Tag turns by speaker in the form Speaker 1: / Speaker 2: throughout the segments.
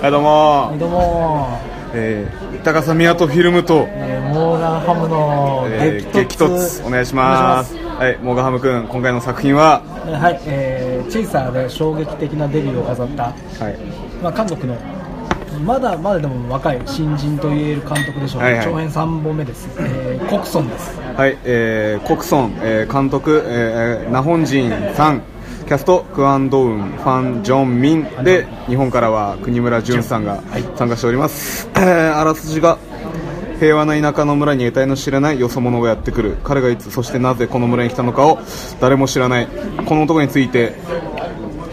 Speaker 1: あどうも
Speaker 2: どうも
Speaker 1: えー、高さ宮とフィルムと、
Speaker 2: ー、えーモーランハムの
Speaker 1: えー、激
Speaker 2: 激突
Speaker 1: 突お願いしますはいモガハム君今回の作品は
Speaker 2: お願いしますはい、えー、小さで衝撃的なデビューを飾った、
Speaker 1: はい
Speaker 2: まあ、韓国のまだまだでも若い新人といえる監督でしょう、
Speaker 1: はいはい
Speaker 2: 長編3本目です、えー、コクソンです
Speaker 1: はいえー、コクソン、えー、監督、えー、ナホンジンさんキャストクアンドウンファン・ジョンミンで日本からは国村淳さんが参加しております、えーあらすじが平和な田舎の村に得体の知れないよそ者がやってくる彼がいつそしてなぜこの村に来たのかを誰も知らないこの男について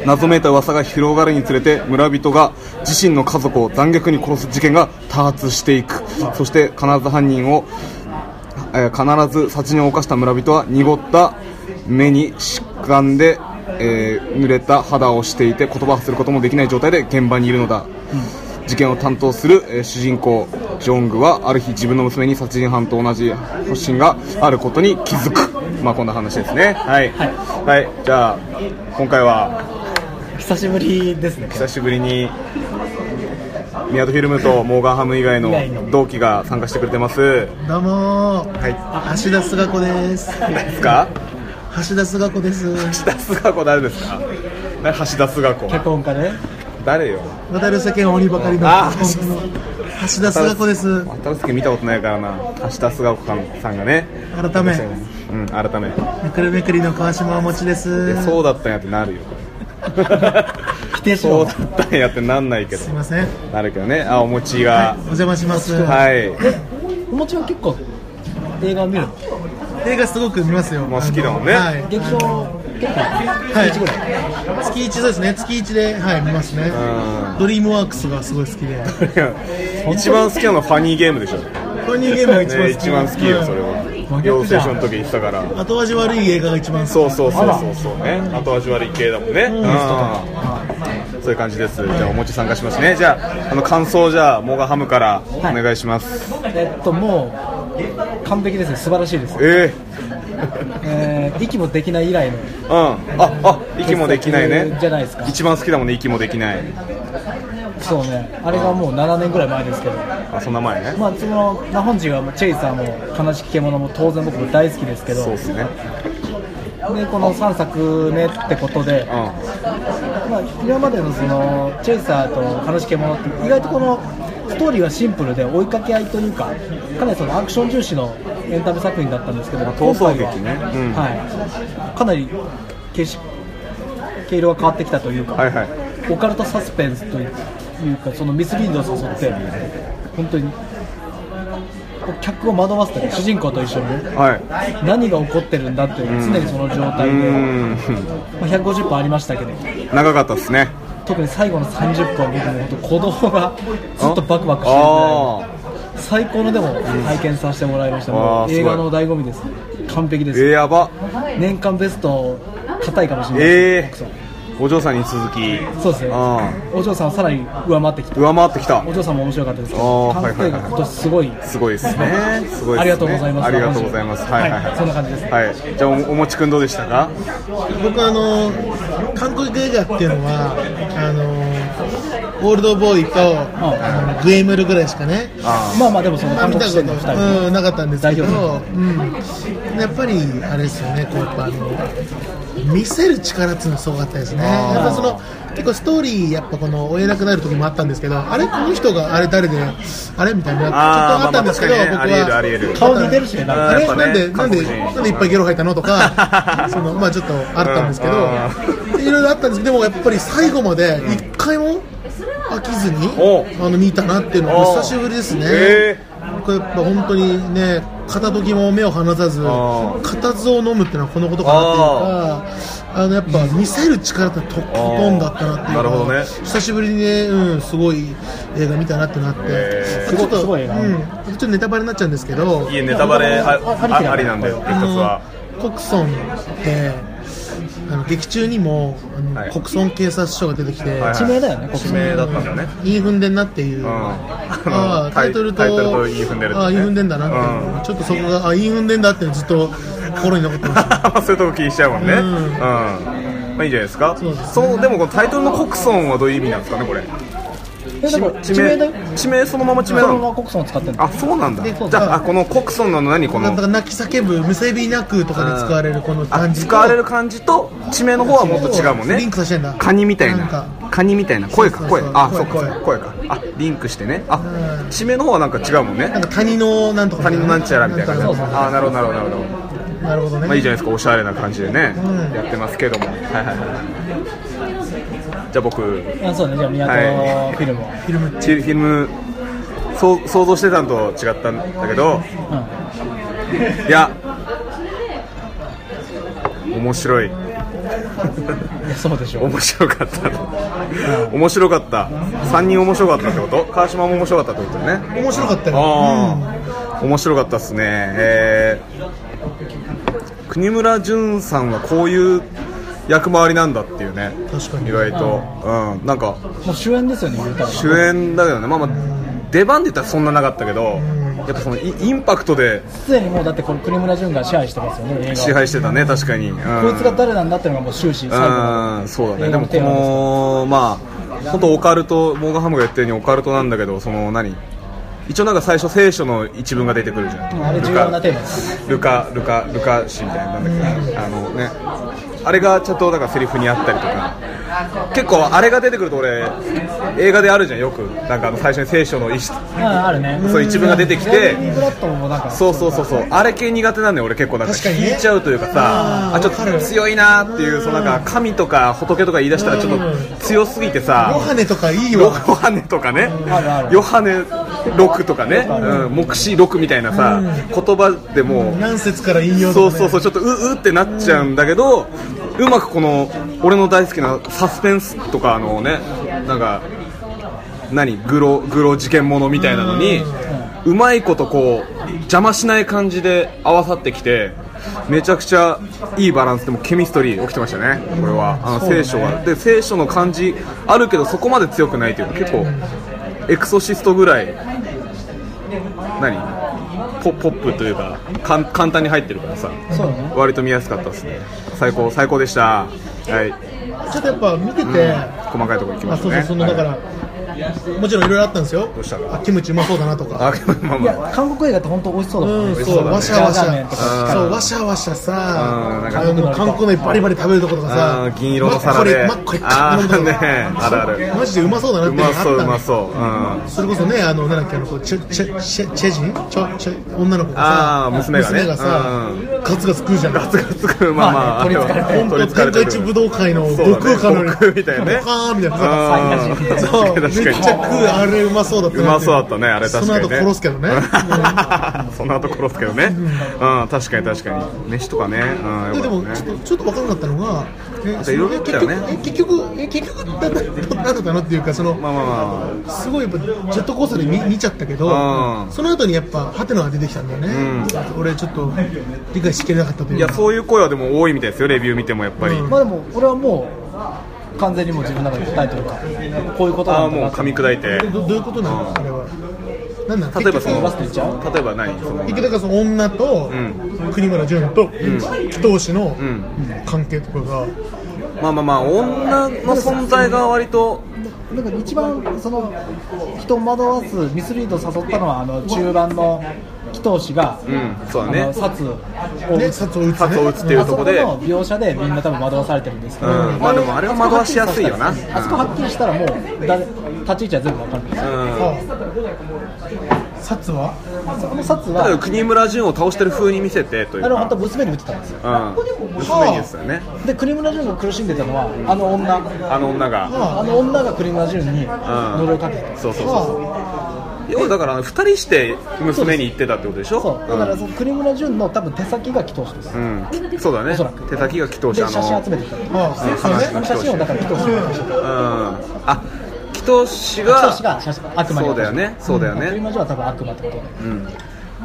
Speaker 1: 謎めいた噂が広がるにつれて村人が自身の家族を残虐に殺す事件が多発していくそして必ず犯人を、えー必ず殺人を犯した村人は濁った目に疾患で、えー濡れた肌をしていて言葉を発することもできない状態で現場にいるのだ、事件を担当する、えー主人公ジョングはある日自分の娘に殺人犯と同じ発信があることに気づくまあこんな話ですねはい、はい、じゃあ今回は
Speaker 2: 久しぶりですね
Speaker 1: 久しぶりにミヤドフィルムとモーガンハム以外
Speaker 2: 以外の
Speaker 1: の同期が参加してくれてます
Speaker 3: どうもー、
Speaker 1: はい
Speaker 3: 橋田壽賀子です。
Speaker 1: 何ですか
Speaker 3: 橋田壽賀子です。
Speaker 1: 橋田須賀子誰ですかな橋田須賀子
Speaker 2: 脚本家ね
Speaker 1: 誰よ
Speaker 3: 渡る世間鬼ばかりの
Speaker 1: あー
Speaker 3: 本当の橋田壽賀子です。
Speaker 1: 渡る助見たことないからな橋田須賀子さんさんがね
Speaker 3: 改め
Speaker 1: うん改め
Speaker 3: めくるめくりの川島おもちです。
Speaker 1: でそうだったんやってなるよ
Speaker 2: 否定し
Speaker 1: そ
Speaker 2: ろ
Speaker 1: うだったんやってなんないけど
Speaker 3: すいません。
Speaker 1: なるけどねあお餅が
Speaker 3: お邪魔します。
Speaker 1: はい、
Speaker 2: おもちは結構映画を見るの
Speaker 3: 映画すごく見ますよ。
Speaker 1: まあ好きだもんね
Speaker 3: あのはい。
Speaker 2: 劇場結構
Speaker 3: はい
Speaker 2: 月1ぐらい、
Speaker 3: 月一ですね。月一で、はい、見ますね。ドリームワークスがすごい好き で。
Speaker 1: 一番好きなのはファニーゲームでしょ
Speaker 3: これにゲームが一番好
Speaker 1: ね
Speaker 3: き。
Speaker 1: 一番好きよそれ
Speaker 2: 真
Speaker 1: は養
Speaker 2: 逆じ
Speaker 1: 成
Speaker 2: ゃん
Speaker 1: 所の時言ってたから
Speaker 3: うん後味悪い映画が一番好き。
Speaker 1: そうそうそうそうそうね後味悪い系だもんねうんそういう感じですじゃあお餅参加しますねじゃああの感想じゃあモガハムからお
Speaker 2: い
Speaker 1: 願いします、
Speaker 2: えっともう完璧ですね素晴らしいです、
Speaker 1: え
Speaker 2: えー、息もできない以来の
Speaker 1: えうんああ息もできないね
Speaker 2: じゃないですか
Speaker 1: 一番好きだもんね息もできない
Speaker 2: そうねあれがもう7年ぐらい前ですけど
Speaker 1: あそんな前ね
Speaker 2: まあそのナホンジはもうチェイサーも悲しき獣も当然僕も大好きですけど
Speaker 1: そうっすね
Speaker 2: でこの3作目ってことで
Speaker 1: う、ん
Speaker 2: まあ、今までのそのチェイサーと悲しき獣って意外とこのストーリーはシンプルで追いかけ合いというかかなりそのアクション重視のエンタメ作品だったんですけど
Speaker 1: 逃走劇
Speaker 2: 今回は
Speaker 1: ねうん
Speaker 2: はい、かなり形式毛色が変わってきたというか、
Speaker 1: はいはい
Speaker 2: オカルトサスペンスというかそのミスリードを誘って本当に客を惑わすというか主人公と一緒にね
Speaker 1: はい
Speaker 2: 何が起こってるんだっていう常にその状態
Speaker 1: う
Speaker 2: で、
Speaker 1: ーん
Speaker 2: まあ、150分ありましたけど
Speaker 1: 長かったっすね
Speaker 2: 特に最後の30分は僕も本当子供がずっとバクバクしてるぐらい
Speaker 1: あ
Speaker 2: 最高のでも体験させてもらいました、
Speaker 1: うん
Speaker 2: も
Speaker 1: あー
Speaker 2: う
Speaker 1: すごい
Speaker 2: 映画の醍醐味です完璧で
Speaker 1: ーえー、
Speaker 2: す、
Speaker 1: やば
Speaker 2: 年間ベスト硬いかもしれない
Speaker 1: え
Speaker 2: です、
Speaker 1: ー、お嬢さんに続き
Speaker 2: そうですね
Speaker 1: あ
Speaker 2: お嬢さんはさらに上回ってきた
Speaker 1: 上回ってきた
Speaker 2: お嬢さんも面白かったですけ
Speaker 1: あ
Speaker 2: ど、
Speaker 1: ー
Speaker 2: 韓
Speaker 1: はいは
Speaker 2: 国映画
Speaker 1: いはい
Speaker 2: 今年すごい。
Speaker 1: すごいですね。すごいですね。
Speaker 2: ありがとうございます
Speaker 1: ありがとうございます。はいはいは。
Speaker 2: はいいそんな感じです
Speaker 1: はい。じゃあおおもちくんどうでしたか？
Speaker 3: 僕あの韓国映画っていうのはあのゴールドボーイと、あのグエムルぐらいしかね
Speaker 1: あ
Speaker 2: まあまあでもその
Speaker 3: まあ
Speaker 2: 韓
Speaker 3: 見
Speaker 2: 国
Speaker 3: た
Speaker 2: 視
Speaker 3: こと、
Speaker 2: 点の二人。
Speaker 3: うん、なかったんですけど、
Speaker 2: 代表
Speaker 3: うん、やっぱりあれですよねこうやっぱあの見せる力っていうのはすごかったですねやっぱその結構ストーリーやっぱこの追えなくなる時もあったんですけどあれこの人があれ誰であれみたいなちょっと
Speaker 1: あー
Speaker 3: あったんですけど、
Speaker 1: まあまあ確かにね
Speaker 3: 僕は
Speaker 1: ありえるありえる
Speaker 2: 顔似てるしね、なんか
Speaker 3: あ
Speaker 1: やっ
Speaker 3: れ
Speaker 1: ぱね
Speaker 3: なんで、なんで、
Speaker 1: 韓国人
Speaker 3: なんでいっぱいゲロ吐いたのと か、そのまあちょっとあったんですけど、いろいろあったんですけど、でもやっぱり最後まで一回も飽きずに
Speaker 1: お
Speaker 3: あの見たなっていうの
Speaker 1: お
Speaker 3: は久しぶりです
Speaker 1: へ
Speaker 3: ね。これやっぱ本当にね、片時も目を離さず
Speaker 1: あ、
Speaker 3: 固唾を飲むっていうのはこのことかなっていうか、あのやっぱ見せる力ってとことんだったなっていう
Speaker 1: なるほ
Speaker 3: の
Speaker 1: どね
Speaker 3: は、久しぶりにね、うん、すごい映画見たなってなって
Speaker 1: へ、ー
Speaker 3: ちょっと
Speaker 2: すごいすごい映画
Speaker 3: うんちょっとネタバレになっちゃうんですけど、
Speaker 1: いえネタバレあ
Speaker 2: あありきだ
Speaker 1: あありなんだよ。一つは。
Speaker 3: コクソンってあの劇中にもあの、
Speaker 1: はい
Speaker 3: コクソン警察署が出てきて、
Speaker 1: はいはい
Speaker 2: 地名だよね、こ
Speaker 1: 指名だったんだよね。
Speaker 3: インフンデンなっていう、
Speaker 1: うん
Speaker 3: ああ
Speaker 1: タ
Speaker 3: タ
Speaker 1: イ
Speaker 3: イトルと
Speaker 1: タイトルとインフンデンだね
Speaker 3: ああインフンデンだな っていう
Speaker 1: う
Speaker 3: ちょっとそこがあインフンデンだっていうのずっと心に残ってました
Speaker 1: あんまそういうとこ気にしちゃうもんね。う
Speaker 3: うんん。
Speaker 1: まあいいんじゃないですか。
Speaker 3: そうですね
Speaker 1: そうでもこのタイトルのコクソンはどういう意味なんですかねこれ。
Speaker 2: ええだから
Speaker 1: 地
Speaker 2: 地名だよ
Speaker 1: 名地名そのまま地
Speaker 2: そ
Speaker 1: 名な
Speaker 2: のまま
Speaker 1: の
Speaker 2: 国産を使ってる
Speaker 1: あそうなんだ
Speaker 3: でそう
Speaker 1: じゃああこのコクソンの何こ
Speaker 3: だ
Speaker 1: の
Speaker 3: から泣き叫ぶ、むせび泣くとかで使われるこの
Speaker 1: あ
Speaker 3: 漢字と
Speaker 1: 使われる漢字と地名の方はもっと違うもんね
Speaker 3: リンクさせてんだ
Speaker 1: カニみたい
Speaker 3: なん
Speaker 1: な
Speaker 3: か
Speaker 1: カニみたいな声か
Speaker 3: そう
Speaker 1: 声
Speaker 3: そうそう
Speaker 1: あそう
Speaker 3: 声
Speaker 1: かそうか声かあリンクしてねあ地名の方はなんか違うもんね
Speaker 3: なんか谷のなんとか
Speaker 1: 谷のなんちゃらみたいな
Speaker 3: そ
Speaker 1: 感
Speaker 3: う
Speaker 1: じ
Speaker 3: そう
Speaker 1: ああなるほどなるほどなるほど
Speaker 3: なるほどね、
Speaker 1: まあいいじゃないですかおしゃれな感じでね
Speaker 3: うん
Speaker 1: やってますけどもはいはいはいじゃあ僕
Speaker 2: あそうねじゃあ宮古フィルムを、
Speaker 3: フィルム
Speaker 1: チーフィルムそう想像してたのと違ったんだけどいや面白い
Speaker 2: うんいやそうでしょ
Speaker 1: 面白かった面白かった3人面白かったってこと川島も面白かったってことね
Speaker 3: 面白かったよ、
Speaker 1: ああ、面白かったですね、えー国村淳さんはこういう役回りなんだっていうね
Speaker 3: うん、確か
Speaker 1: 意
Speaker 3: に
Speaker 1: 外と、うん、なんか
Speaker 2: もう主演ですよね言うたら
Speaker 1: 主演だけどね、まあまあ、出番で言ったらそんななかったけど、やっぱそのイインパクトです
Speaker 2: でにもうだってこの国村淳が支配してますよね映画
Speaker 1: 支配してたね、確かに。うん
Speaker 2: こいつが誰なんだってのがもう終始最後の
Speaker 1: うんそうだね
Speaker 2: 映
Speaker 1: で
Speaker 2: 画
Speaker 1: も
Speaker 2: の
Speaker 1: こ
Speaker 2: テーマです
Speaker 1: のまあ本当オカルトモーガンハムが言ったようにオカルトなんだけどその何一応なんか最初聖書の一文が出てくるじゃん、
Speaker 2: うんあれ重要なテーマで
Speaker 1: ルカルカルカ詩みたいななんだっけなあのねあれがちゃんとなんかセリフにあったりとか結構あれが出てくると俺映画であるじゃんよくなんかあの最初に聖書の一
Speaker 2: うんあるね
Speaker 1: そう一文が出てきて
Speaker 2: ジェレミーブラッドもなんか
Speaker 1: そうそうそうそうあれ系苦手なんだよ俺結構なんか
Speaker 3: 確かにね
Speaker 1: 引いちゃうというかさあ
Speaker 3: あー
Speaker 1: ちょっ
Speaker 3: わか
Speaker 1: と
Speaker 3: る
Speaker 1: 強いなっていうそのなんか神とか仏とか言い出したらちょっと強すぎてさ
Speaker 3: ロハネとかいい
Speaker 1: ヨ
Speaker 3: わ
Speaker 1: ハネとかね
Speaker 2: あるある
Speaker 1: ヨハネ6とかね、うん、目視6みたいなさ言葉でもう
Speaker 3: 何節から引用
Speaker 1: そう
Speaker 3: とか、ね、
Speaker 1: そうそうちょっとううってなっちゃうんだけどうまくこの俺の大好きなサスペンスとかあのねなんか何グログロ事件ものみたいなのにうまいことこう邪魔しない感じで合わさってきてめちゃくちゃいいバランスでもうケミストリー起きてましたねこれはあの聖書はで聖書の感じあるけどそこまで強くないというか結構エクソシストぐらい何ポポップというかかん簡単に入ってるからさ
Speaker 2: そうだね
Speaker 1: 割と見やすかったですね最高最高でしたはい
Speaker 3: ちょっとやっぱ見てて、
Speaker 1: 細かいところ行きま
Speaker 3: あ
Speaker 1: した
Speaker 3: そう
Speaker 1: ね
Speaker 3: そうそのだから、もちろんいろいろあったんですよ
Speaker 1: うしたの
Speaker 3: あキムチうまそうだなとか
Speaker 1: あまあ
Speaker 2: い
Speaker 1: ま
Speaker 2: や
Speaker 1: あ
Speaker 2: 韓国映画って本当美味しそうだもん
Speaker 3: う
Speaker 2: ね
Speaker 3: ん、
Speaker 1: そう
Speaker 3: そ
Speaker 1: だ
Speaker 3: う、
Speaker 1: ね
Speaker 3: わしゃわし
Speaker 2: ラーメン
Speaker 3: ゃ
Speaker 2: とか
Speaker 3: そう、わしゃわしゃさ
Speaker 1: うんなんか
Speaker 3: あの韓国のバリバリ食べるとことか
Speaker 1: あ
Speaker 3: さ
Speaker 1: ー銀色の皿で
Speaker 3: マッコリマ
Speaker 1: あ
Speaker 3: ッコリ
Speaker 1: ー
Speaker 3: 飲むとこ
Speaker 1: ねあるある
Speaker 3: マジでうまそうだなっ
Speaker 1: う
Speaker 3: ていう
Speaker 1: ま
Speaker 3: のがあった
Speaker 1: そう
Speaker 3: の
Speaker 1: うまそう、うん、
Speaker 3: それこそねあのなんだっけあのこうチェチェチェチェジンチョチェ女の子が
Speaker 1: あ
Speaker 3: さ
Speaker 1: ー娘がね
Speaker 3: さ
Speaker 1: う
Speaker 3: ガツガツ食うじゃん
Speaker 1: ガツガツ食うまあまあ
Speaker 2: まあね取り憑かれて
Speaker 3: 本 当天下一武道会の
Speaker 1: そうだね
Speaker 3: 悟空かのように
Speaker 1: 悟空みたいなね
Speaker 3: ドカーンみたいなさ
Speaker 1: あ
Speaker 2: 最
Speaker 1: ー
Speaker 2: 悪
Speaker 1: 確か
Speaker 3: めっ
Speaker 1: に
Speaker 3: ち
Speaker 1: 確
Speaker 3: ゃ
Speaker 1: かに
Speaker 3: 食うあれうまそうだった
Speaker 1: うまそうだったねあれ
Speaker 3: そ
Speaker 1: 確
Speaker 3: の
Speaker 1: か
Speaker 3: 後
Speaker 1: にね
Speaker 3: 殺すけどね
Speaker 1: その後殺すけどねうん確かに確かに飯とかねうん
Speaker 3: でで
Speaker 1: よ
Speaker 3: も
Speaker 1: かった
Speaker 3: ち
Speaker 1: ね
Speaker 3: ょっとちょっと分からなかったのが、え
Speaker 1: といろいろだよね
Speaker 3: 結局え結局え結局なんだなんだったのっていうかその、
Speaker 1: まあまあまあ
Speaker 3: すごいやっぱジェットコースターで見見ちゃったけど
Speaker 1: うん
Speaker 3: その後にやっぱハテナが出てきたんだよね、俺ちょっと理解しきれなかったとい
Speaker 1: いうや
Speaker 3: か
Speaker 1: そういう声はでも多いみたいですよレビュー見てもやっぱり、
Speaker 3: うん
Speaker 2: まあでも俺はもう完全にもう自分の中で答えというかこういうこと
Speaker 1: あ
Speaker 2: な
Speaker 1: あ
Speaker 2: んだ
Speaker 1: も
Speaker 2: な
Speaker 1: う
Speaker 2: と
Speaker 1: 噛み砕いて
Speaker 3: どどういうことなのあれはなんなん
Speaker 1: 例えばそ
Speaker 3: 結局
Speaker 2: ラストいっちゃ
Speaker 1: の例えば何その
Speaker 3: 結局だからその女と、
Speaker 1: う
Speaker 3: 国村淳と、紀藤氏の
Speaker 1: ん
Speaker 3: 関係とかが、
Speaker 1: まあまあまあ女の存在が割と
Speaker 2: なんか一番その人を惑わすミスリードを誘ったのはあの中盤の紀藤氏が、
Speaker 1: うんそうだね
Speaker 2: あの殺を打
Speaker 3: ね、
Speaker 2: つ
Speaker 3: 札を打つ
Speaker 1: 殺を打
Speaker 3: ね
Speaker 1: つっていうとこで
Speaker 2: あそこの描写でみんな多分惑わされてるんですけど、
Speaker 1: うんまあでもあれは惑わしやすいよな
Speaker 2: あそこはっきりしたらもう誰立ち位置は全部わかるんです
Speaker 1: う
Speaker 2: よ、
Speaker 1: ん
Speaker 3: あ札は
Speaker 2: あそこの殺
Speaker 1: だから
Speaker 2: は
Speaker 1: 国村淳を倒してる風に見せてという
Speaker 2: あれは
Speaker 1: か
Speaker 2: 本当は娘に打ってたんですよ
Speaker 1: うん娘にですよね
Speaker 2: で国村淳が苦しんでたのはあの女
Speaker 1: あの女が
Speaker 2: あの女が国村淳に呪いをかけてた、
Speaker 1: そうそうそう
Speaker 3: は
Speaker 1: 要はだから二人して娘に行ってたってことでしょ
Speaker 2: そうだからその国村淳の多分手先が紀藤氏です、
Speaker 1: うん、うんそうだね
Speaker 2: おそらく
Speaker 1: 手先が祈祷
Speaker 2: で
Speaker 1: 者の
Speaker 2: 写真集めてた
Speaker 3: あああそうね
Speaker 2: その写真をだから紀藤氏が
Speaker 1: うんあ祈祷師
Speaker 2: 紀
Speaker 1: が
Speaker 2: 藤氏が写真悪魔に
Speaker 1: そうだよねそうだよね
Speaker 2: 国村淳は多分悪魔ってことで、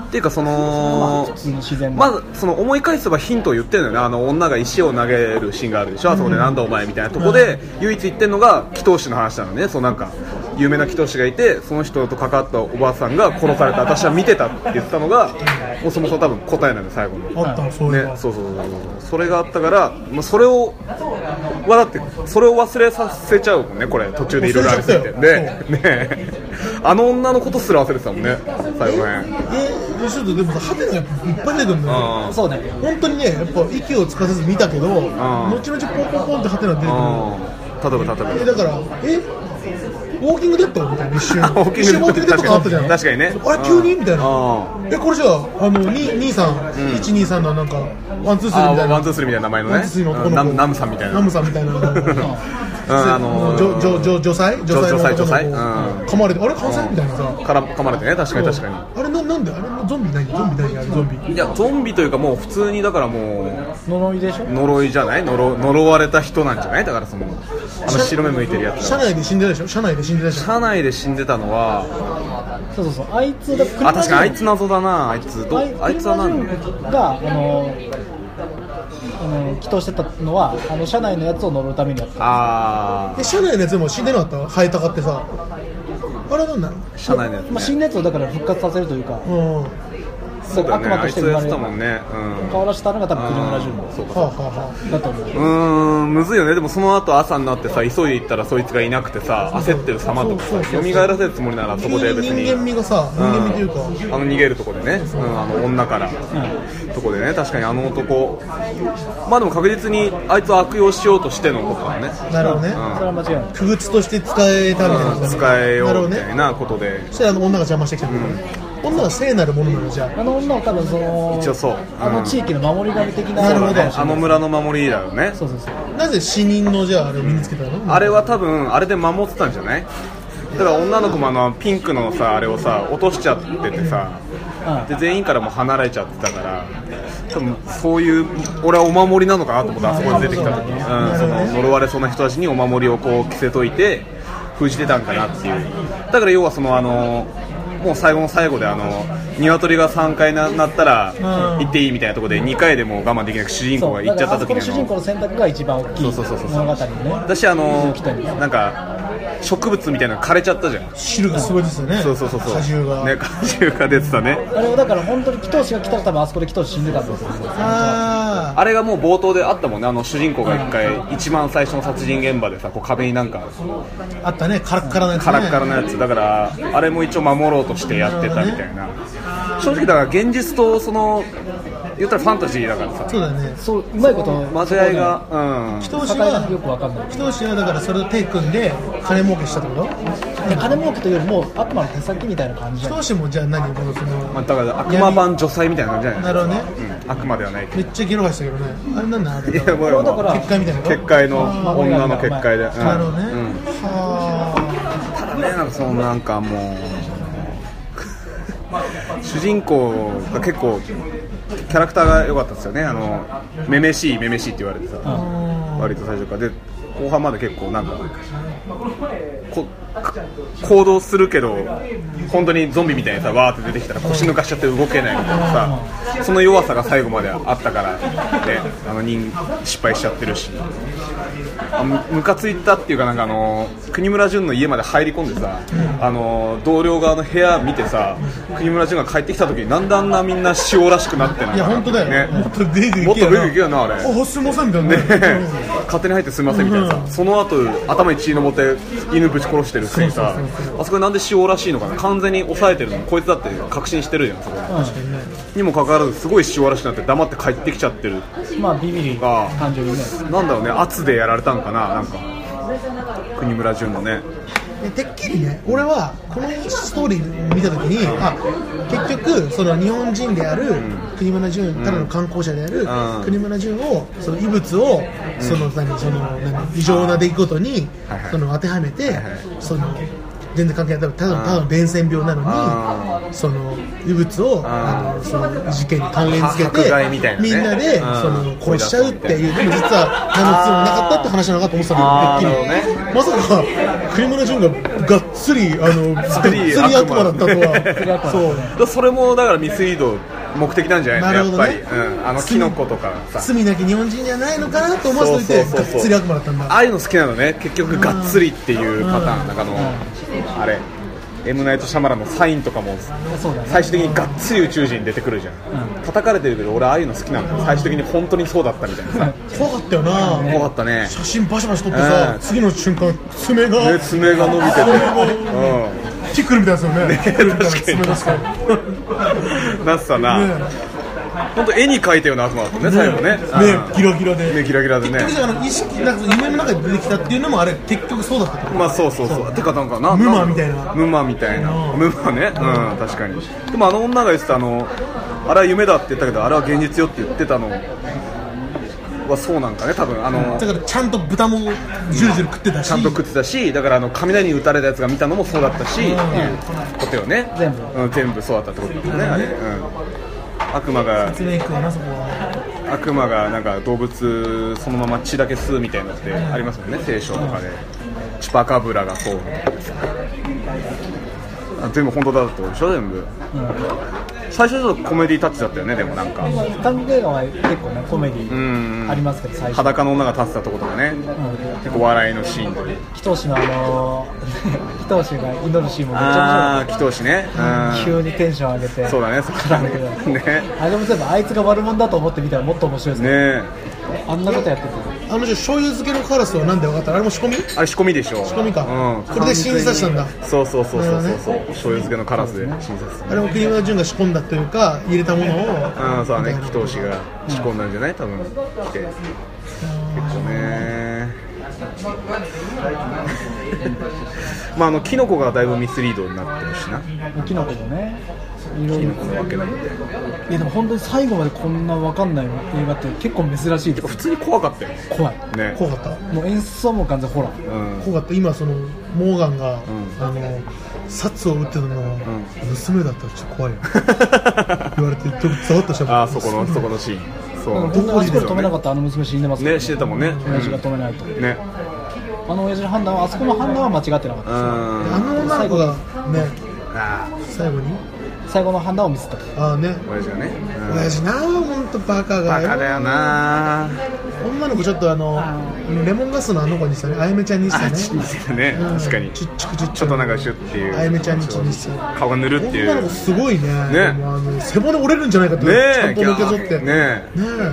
Speaker 1: っていうかその
Speaker 2: 普通の自然な
Speaker 1: まずその思い返せばヒントを言ってるのよねあの女が石を投げるシーンがあるでしょあそこでなんだお前みたいなとこで唯一言ってるのが祈祷師の話なのねそうなんか有名な祈祷師がいてその人と関わったおばあさんが殺された私は見てたって言ってたのがもうそもそも多分答えなのよ最後の
Speaker 3: あったのそういうの
Speaker 1: ね、そうそうそうそうそれがあったから、まあ、それをはだってそれを忘れさせちゃうもんねこれ途中でいろいろありすぎて
Speaker 3: 忘
Speaker 1: ね
Speaker 3: れちゃ
Speaker 1: ねあの女のことすら忘れてたもんね最後ね
Speaker 3: えちょっとでもハテナがやっぱいっぱい出てくるんだよ
Speaker 1: あ
Speaker 2: そうね
Speaker 3: 本当にねやっぱ息をつかさず見たけど後々ポンポンポンってハテナ出てくる
Speaker 1: あ例えば例え
Speaker 3: えだからえウォーキングデッドみたいな一瞬
Speaker 1: ウォーキングデッド
Speaker 3: 一瞬ウォーキングデッドとかあったじゃん
Speaker 1: 確かにね
Speaker 3: あれ急にみたいな
Speaker 1: う
Speaker 3: えこれじゃああのに兄さん123のなんかワンツースリ
Speaker 1: ば
Speaker 3: ーみた
Speaker 1: あ
Speaker 3: いな
Speaker 1: ワンツースリーみたいな名前の
Speaker 3: ワン
Speaker 1: ね
Speaker 3: ツースリーの
Speaker 1: う
Speaker 3: 男
Speaker 1: ん
Speaker 3: の
Speaker 1: ナ
Speaker 3: 子
Speaker 1: ムナムさんみたいな
Speaker 3: ナムさん みたいな
Speaker 1: うんあのー
Speaker 3: 女女女女才女
Speaker 1: 女才
Speaker 3: 才の
Speaker 1: 女才
Speaker 3: 男の
Speaker 1: うん
Speaker 3: 子噛まれてあれ関西みたいなさ
Speaker 1: から噛まれてね確かに確かに
Speaker 3: あれななんであれゾンビないゾンビないあれゾンビ
Speaker 1: いやゾンビというかもう普通にだからもう
Speaker 2: 呪いでしょ
Speaker 1: 呪いじゃない呪呪われた人なんじゃないだからそのあの白目向いてるやつ
Speaker 3: 車内で死んでたでしょ車内で死んでたでしょ
Speaker 1: 車内で死んでたのは
Speaker 2: そうそうそうあいつだ
Speaker 1: あ確かにあいつ謎だなあいつど
Speaker 2: あ
Speaker 1: うあいつは何
Speaker 2: があのあの祈祷してたのはあの社内のやつを呪うためにやった
Speaker 1: あ
Speaker 3: え車内のやつでも死んでなかった生えたかってさあれなんな
Speaker 1: あ車内のや
Speaker 2: まあ、
Speaker 1: つ
Speaker 2: 死
Speaker 1: ね
Speaker 2: んだやつをだから復活させるというか
Speaker 3: のうんは
Speaker 1: そうだよね
Speaker 2: 悪魔
Speaker 1: あ
Speaker 2: と
Speaker 1: い
Speaker 2: し
Speaker 1: つ
Speaker 2: て生
Speaker 1: や
Speaker 2: ま
Speaker 1: って
Speaker 2: れる
Speaker 1: たもんねうん
Speaker 2: 顔出したのが多分国村
Speaker 1: うん
Speaker 2: 淳
Speaker 1: そうか
Speaker 3: あはあはあ
Speaker 2: だと思う
Speaker 1: うーんむずいよねでもその後朝になってさ急いで行ったらそいつがいなくてさ焦ってる様とか
Speaker 3: そう
Speaker 1: さ
Speaker 3: そう
Speaker 1: よみがえらせるつもりならそこで別
Speaker 3: 急に
Speaker 1: に
Speaker 3: 人間味がさ人間味というか、
Speaker 1: うんあの逃げるとこでね、うん、あの女から、とこでね確かにあの男まあでも確実にあいつを悪用しようとしてのことだね
Speaker 3: なるほどね、
Speaker 2: それは間違いない
Speaker 3: 区別として使えたみたいな
Speaker 1: うん使え
Speaker 3: なる
Speaker 1: よう
Speaker 3: ほど
Speaker 1: み
Speaker 3: ね
Speaker 1: たいなことで
Speaker 3: そしたらあの女が邪魔してきたんだね女は聖なるものなのじゃあ
Speaker 2: あの女を多分その
Speaker 1: 一応そう
Speaker 2: あ
Speaker 1: うん
Speaker 2: の地域の守り神的な
Speaker 3: なる
Speaker 1: そ
Speaker 3: ほ
Speaker 1: う
Speaker 3: ど
Speaker 1: だねあの村の守りだよね
Speaker 2: そうそうそう
Speaker 3: なぜ死人のじゃああれを身につけたの
Speaker 1: あれは多分あれで守ってたんじゃないだから女の子もあのピンクのさあれをさ落としちゃっててさで全員からも離れちゃってたから多分そういう俺はお守りなのかなと思ってあそこに出てきた時に、うん、その呪われそうな人たちにお守りをこう着せといて封じてたんかなっていうだから要はそのあのもう最後の最後であの鶏が3回ななったら行っていいみたいなところで2回でもう我慢できなく主人公
Speaker 2: そ
Speaker 1: が
Speaker 2: う
Speaker 1: 行
Speaker 2: だ
Speaker 1: っち
Speaker 2: か
Speaker 1: ゃっ
Speaker 2: ら
Speaker 1: た
Speaker 2: あ
Speaker 1: 時に
Speaker 2: そこの
Speaker 1: あ
Speaker 2: 主人公
Speaker 1: の
Speaker 2: の選択が一番大き
Speaker 1: そう
Speaker 2: い物
Speaker 1: そうそうそう
Speaker 2: 語にね
Speaker 1: 私あの
Speaker 2: 来たり
Speaker 1: なんか植物みたいなの枯れちゃったじゃん
Speaker 3: 汁がすごいですよね
Speaker 1: そうそうそうそう
Speaker 3: 果汁が、
Speaker 1: ね果汁が出てたね
Speaker 2: あれはだから本当に祈祷師が来たら多分あそこで祈祷師死んでたんですよ
Speaker 3: あ
Speaker 1: あれがもう冒頭であったもんね、あの主人公が一回、一番最初の殺人現場でさ、こう壁になんか、
Speaker 3: ああったねカラッカラなやつ、ね、
Speaker 1: カラッカラなやつ、だから、あれも一応守ろうとしてやってたみたいな、正直、だから現実と、その、言ったらファンタジーだからさ、
Speaker 3: そうだよね
Speaker 2: そううまいこと
Speaker 1: 混ぜ合いが、うん、
Speaker 3: 人
Speaker 2: 境
Speaker 3: 押し
Speaker 2: がよく
Speaker 3: は
Speaker 2: わかんない
Speaker 3: 人押しはだからそれを手組んで金儲けしたってこと
Speaker 2: で金儲けというよりも悪魔の手先みたいな感じじゃ
Speaker 3: 人
Speaker 2: ん
Speaker 3: 押しもじゃあ何このその
Speaker 1: まあ、だから悪魔版女才みたいな感じじゃな
Speaker 3: ないるほどね
Speaker 1: うん、悪魔ではないけ
Speaker 3: めっちゃゲロがしたけどねあれなんだあれ
Speaker 1: ど、いや、もう、
Speaker 2: だから
Speaker 3: 結界みたいな
Speaker 1: 結界の女の結界で、うん
Speaker 3: なるほどね、
Speaker 1: うん
Speaker 3: は
Speaker 1: ただねなんかそのなんかもう主人公が結構キャラクターが良かったですよねあのめめしいめめしいって言われてさ、割と最初からで後半まで結構なんかこ行動するけど本当にゾンビみたいにさわーって出てきたら腰抜かしちゃって動けないみたいなさその弱さが最後まであったからねあの人失敗しちゃってるしあむムカついたっていうかなんかあの国村淳の家まで入り込んでさ、あの同僚側の部屋見てさ国村淳が帰ってきた時になんであんなみんな塩らしくなってない
Speaker 3: あいや本当だよ、
Speaker 1: ね
Speaker 3: もっと出ていけよな
Speaker 1: もっと出ていけよなあれ
Speaker 3: おすいませんみたいなね
Speaker 1: 勝手に入ってすみませんみたいなさ、その後頭に血のぼって犬ぶち殺してるくせにさあそこなんで塩らしいのかな完全に抑えてるのこいつだって確信してるじゃんそこにもかかわらずすごい塩らしくなって黙って帰ってきちゃってる
Speaker 2: まあビビり
Speaker 1: ああ
Speaker 2: 感情にね
Speaker 1: なんだろうね圧でやられたんかななんか国村淳のね
Speaker 3: でてっきりね俺はこのストーリー見た時にあ結局その日本人である国村淳ただの観光者である
Speaker 1: うん
Speaker 3: 国村淳をその異物をその何その何異常な出来事に
Speaker 1: はいはい
Speaker 3: その当てはめて
Speaker 1: い
Speaker 3: その全然関係ないただのただの伝染病なのにその異物をあのその事件に関連付け
Speaker 1: 迫害みたい
Speaker 3: て
Speaker 1: なね
Speaker 3: みんなで
Speaker 1: う
Speaker 3: そ
Speaker 1: ん
Speaker 3: の殺しちゃうっていうでも実は何の必要もなかったって話なのかと思ってた
Speaker 1: あー
Speaker 3: のよてっき
Speaker 1: なるほど
Speaker 3: り
Speaker 1: ね
Speaker 3: まさか栗村淳ががっつりあのがっつ
Speaker 1: つり
Speaker 3: り悪魔だったと
Speaker 2: 悪魔
Speaker 3: はそう
Speaker 1: だからそれもだからミスリード目的なんじゃない
Speaker 3: なるほ
Speaker 1: の、
Speaker 3: どね
Speaker 1: やっぱり、うん、あのキノコとかさ
Speaker 3: 罪なき日本人じゃないのかなと思わせておいてがっつり悪魔だったん
Speaker 1: あ
Speaker 3: だ
Speaker 1: あいうの好きなのね結局がっつりっていうパターンなんかあのあれエムナイト・シャマランのサインとかも
Speaker 2: そうだね
Speaker 1: 最終的にがっつり宇宙人出てくるじゃん、叩かれてるけど俺ああいうの好きなんだよ最終的に本当にそうだったみたいなさ
Speaker 3: 怖かったよな、
Speaker 1: 怖かったね
Speaker 3: 写真バシバシ撮ってさ、
Speaker 1: うん
Speaker 3: 次の瞬間爪が、
Speaker 1: ね爪が伸びてて、う
Speaker 3: ティックルみたいですよねティックルみたいな
Speaker 1: 確かに
Speaker 3: 爪がさ
Speaker 1: ん、なってたな、
Speaker 3: ね
Speaker 1: 本当絵に描いたような悪魔だったね、最後ね、
Speaker 3: ねギラギラで、
Speaker 1: うんねギラギラでね
Speaker 3: 結局、だから意識なんか夢の中で出てきたっていうのもあれ結局そうだったってこと
Speaker 1: まあそうそうそうてかなんかな
Speaker 3: ムーマ
Speaker 1: ん
Speaker 3: みたいな
Speaker 1: ムーマみたいなムーマねうん確かにでもあの女が言ってたあのあれは夢だって言ったけどあれは現実よって言ってたのはそうなんかね多分あの
Speaker 3: だからちゃんと豚もジュルジュル食ってたし
Speaker 1: ちゃんと食ってたしだからあの雷に打たれたやつが見たのもそうだったしっていうことよね
Speaker 2: 全部
Speaker 1: うん、全部そうだったってことだもんねあれうん悪魔が
Speaker 3: 爪食うなそこは
Speaker 1: 悪魔がなんか動物そのまま血だけ吸うみたいなのってありますもんね聖書とかでチュパカブラがこうみたいなあ全部本当だったってことでしょ全部最初ちょっとコメディタッチだったよねでもなんか
Speaker 2: 韓国映画は結構ねコメデ
Speaker 1: ん
Speaker 2: ィありますけど最初
Speaker 1: 裸の女が立ってたとことかね
Speaker 2: うん
Speaker 1: 結構笑いのシーンとか
Speaker 2: 紀藤氏のあのー 紀藤氏が祈るシーンもめち
Speaker 1: あ
Speaker 2: ゃ
Speaker 1: あ祈祷師ね
Speaker 2: くちゃ
Speaker 1: う
Speaker 2: 急にテンション上げて
Speaker 1: んそうだねそこからねね
Speaker 2: あれも全部あいつが悪者だと思ってみたらもっと面白いですね
Speaker 1: ね
Speaker 2: あんなことやってて
Speaker 3: あの人醤油漬けのカラスはなんで分かったのあれも仕込み仕
Speaker 1: あれ仕込みでしょ仕
Speaker 3: 込みか、
Speaker 1: うん
Speaker 3: これで審査したんだ
Speaker 1: そうそうそうそうそう
Speaker 3: な
Speaker 1: そう醤油漬けのカラスで診察する
Speaker 3: あれも国村淳が仕込んだというか入れたものを
Speaker 1: ああそうだね
Speaker 3: み
Speaker 1: 祈
Speaker 3: たい
Speaker 1: 祷
Speaker 3: な
Speaker 1: 師が仕込んだんじゃない多分来て結構ねまああのキノコがだいぶミスリードになってるしな
Speaker 2: キノコもねいろいろ
Speaker 1: わけなんで
Speaker 2: いやでも本当に最後までこんな分かんない映画って結構珍しいです
Speaker 1: 普通に怖かったよ
Speaker 2: 怖い
Speaker 1: ね
Speaker 3: 怖かった
Speaker 2: もう演出はもう完全ホラー
Speaker 1: うん
Speaker 3: 怖かった今そのモーガン
Speaker 1: ん
Speaker 3: が、あの札を打ってたのが、娘だったらちょっと怖いよ言われてちょっとざわっとしたもん
Speaker 1: ああそこのそこのシーンそう
Speaker 2: こんなあそこで止めなかったらあの娘死んでますから
Speaker 1: ね死んでたもんね
Speaker 2: 親父が止めないと
Speaker 1: ね
Speaker 2: あの親父の判断はあそこの判断は間違ってなかっ
Speaker 1: う
Speaker 2: た
Speaker 3: あ
Speaker 1: ん
Speaker 3: の女の子がね
Speaker 1: あ
Speaker 3: 最後に
Speaker 2: 最後の判断をミスった
Speaker 3: ああね
Speaker 1: 親父がねうん
Speaker 3: 親父な本当バカが
Speaker 1: バカだよな
Speaker 3: 女の子ちょっとあのレモンガスのあの子にしたねあやめちゃんにした
Speaker 1: あ
Speaker 3: ね
Speaker 1: ち似てるね
Speaker 3: うん
Speaker 1: 確かにち
Speaker 3: ちっちゃくちっちゃく
Speaker 1: ょっとなんかシュッっていう
Speaker 3: あやめちゃんにちにした
Speaker 1: 顔がぬるっていう
Speaker 3: 女の子すごいね
Speaker 1: ね
Speaker 3: もうあの背骨折れるんじゃないかと
Speaker 1: ねえ
Speaker 3: ちゃんと抜け取って
Speaker 1: いや
Speaker 3: ね
Speaker 1: ね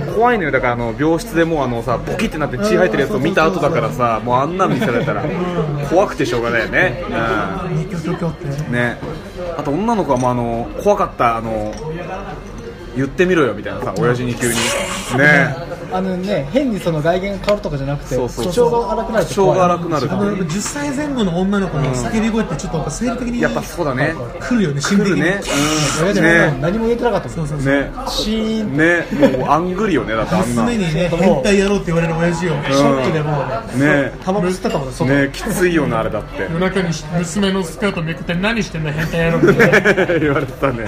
Speaker 1: え怖いのよだからあの病室でもうあのさボキってなって血入ってるやつを見た後だからさもうあんなん見せられたら怖くてしょうがないよね
Speaker 3: えキョキョキョって
Speaker 1: うんねあと女の子はもうあの怖かったあの言ってみろよみたいなさ親父に急にねえ
Speaker 2: あのね変にその外見が変わるとかじゃなくて
Speaker 1: そうそう
Speaker 2: 口調が荒くなる
Speaker 1: 口調が荒くなる
Speaker 3: あのやっぱ10歳前後の女の子の叫び声ってちょっとやっぱ生理的に
Speaker 1: やっぱそうだね
Speaker 3: 来るよね心
Speaker 1: 来
Speaker 3: 理
Speaker 1: る
Speaker 3: 的に
Speaker 1: ね
Speaker 2: 親
Speaker 1: うん
Speaker 2: 父が
Speaker 1: ね
Speaker 2: 何も言えてなかった
Speaker 3: そ
Speaker 2: も
Speaker 3: うんそうそう
Speaker 1: ね
Speaker 2: シーン
Speaker 1: ねもうあんぐりよねだってあんな
Speaker 3: 常に
Speaker 1: ね
Speaker 3: ね変態やろうって言われる親父を
Speaker 2: ショックでもうね
Speaker 1: え
Speaker 2: タバコ吸ってたもんね外
Speaker 1: ねえきついよなあれだって
Speaker 4: 夜中に娘のスカートめくって何してんだ変態野郎みたいな
Speaker 1: 言われてたね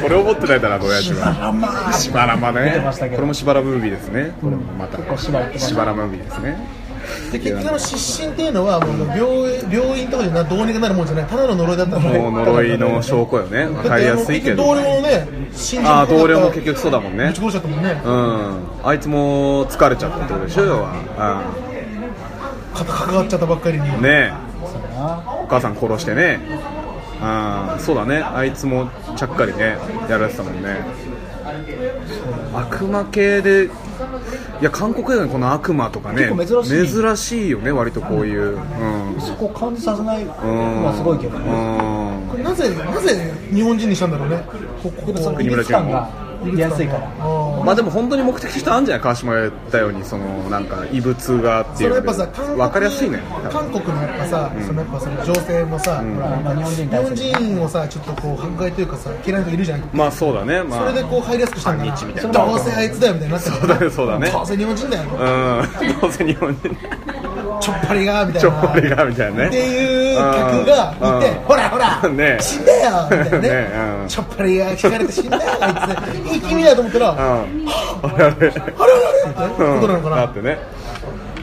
Speaker 1: それを持ってないだな親父はしばらまね
Speaker 2: てましたけど
Speaker 1: これもしばらムービーですねこれもまた
Speaker 2: 結構しばらってました
Speaker 1: しばらムービーですね
Speaker 3: で結局あの失神っていうのはもう病病院とかでなどうにかなるもんじゃないただの呪いだったの
Speaker 1: もう呪いの証拠よねわかりやすいけど
Speaker 3: 同僚もね死んじ
Speaker 1: あ
Speaker 3: ゃ
Speaker 1: あ
Speaker 3: ったから
Speaker 1: 同僚も結局そうだもん
Speaker 3: ぶ
Speaker 1: ね
Speaker 3: ち殺しちゃったもんね
Speaker 1: うんあいつも疲れちゃったってことでしょ要は
Speaker 3: 肩関わっちゃったばっかりに
Speaker 1: うんね
Speaker 2: そうな
Speaker 1: えお母さん殺してねああそうだねあいつもちゃっかりねやられてたもんね悪魔系でいや韓国映画にこの悪魔とかね
Speaker 2: 結構珍しい
Speaker 1: 珍しいよね割とこういううん
Speaker 2: そこを感じさせないの
Speaker 1: うん
Speaker 2: はすごいけどね
Speaker 1: うん
Speaker 3: これなぜなぜ日本人にしたんだろうねこここ
Speaker 2: その
Speaker 3: こ
Speaker 2: 美術感が見
Speaker 3: 国
Speaker 2: や
Speaker 3: 村淳
Speaker 2: すいから
Speaker 3: あ
Speaker 1: まあでも本当に目的としてあるんじゃない川島が言ったようにそのなんか異物がっ
Speaker 3: ー
Speaker 1: て
Speaker 3: そ
Speaker 1: い
Speaker 3: れ
Speaker 1: う
Speaker 3: やっぱさ韓国
Speaker 1: 分かりやすいね
Speaker 3: 韓国のやっぱさ、そのやっぱその情勢もさ、ほら
Speaker 2: まあ日本人に
Speaker 3: 日
Speaker 2: 対
Speaker 3: 本
Speaker 2: する
Speaker 3: 人をさちょっとこう迫害というかさ嫌いな人いるじゃん
Speaker 1: まあそうだねま
Speaker 3: そ
Speaker 1: あ
Speaker 3: れでこう入りやすくしたんだな
Speaker 1: 反日みたいな
Speaker 3: どうせあいつだよみたいになって
Speaker 1: そうだねそうだね
Speaker 3: どうせ日本人だよ
Speaker 1: うんど うせ日本人
Speaker 3: ちょっぱりがみたい
Speaker 1: ち
Speaker 3: な
Speaker 1: ょっぱりがみたいな
Speaker 3: って
Speaker 1: ね
Speaker 3: いう客がいて
Speaker 1: うん
Speaker 3: ほらほら、
Speaker 1: ねえ
Speaker 3: 死んだよみたいなね
Speaker 1: ねえうん
Speaker 3: ちょっぱりが引かれて死んだよあいついい気味だと思ったら、
Speaker 1: うんあれあれ
Speaker 3: あれあれあれってことなのか
Speaker 1: だ
Speaker 3: な
Speaker 1: ってね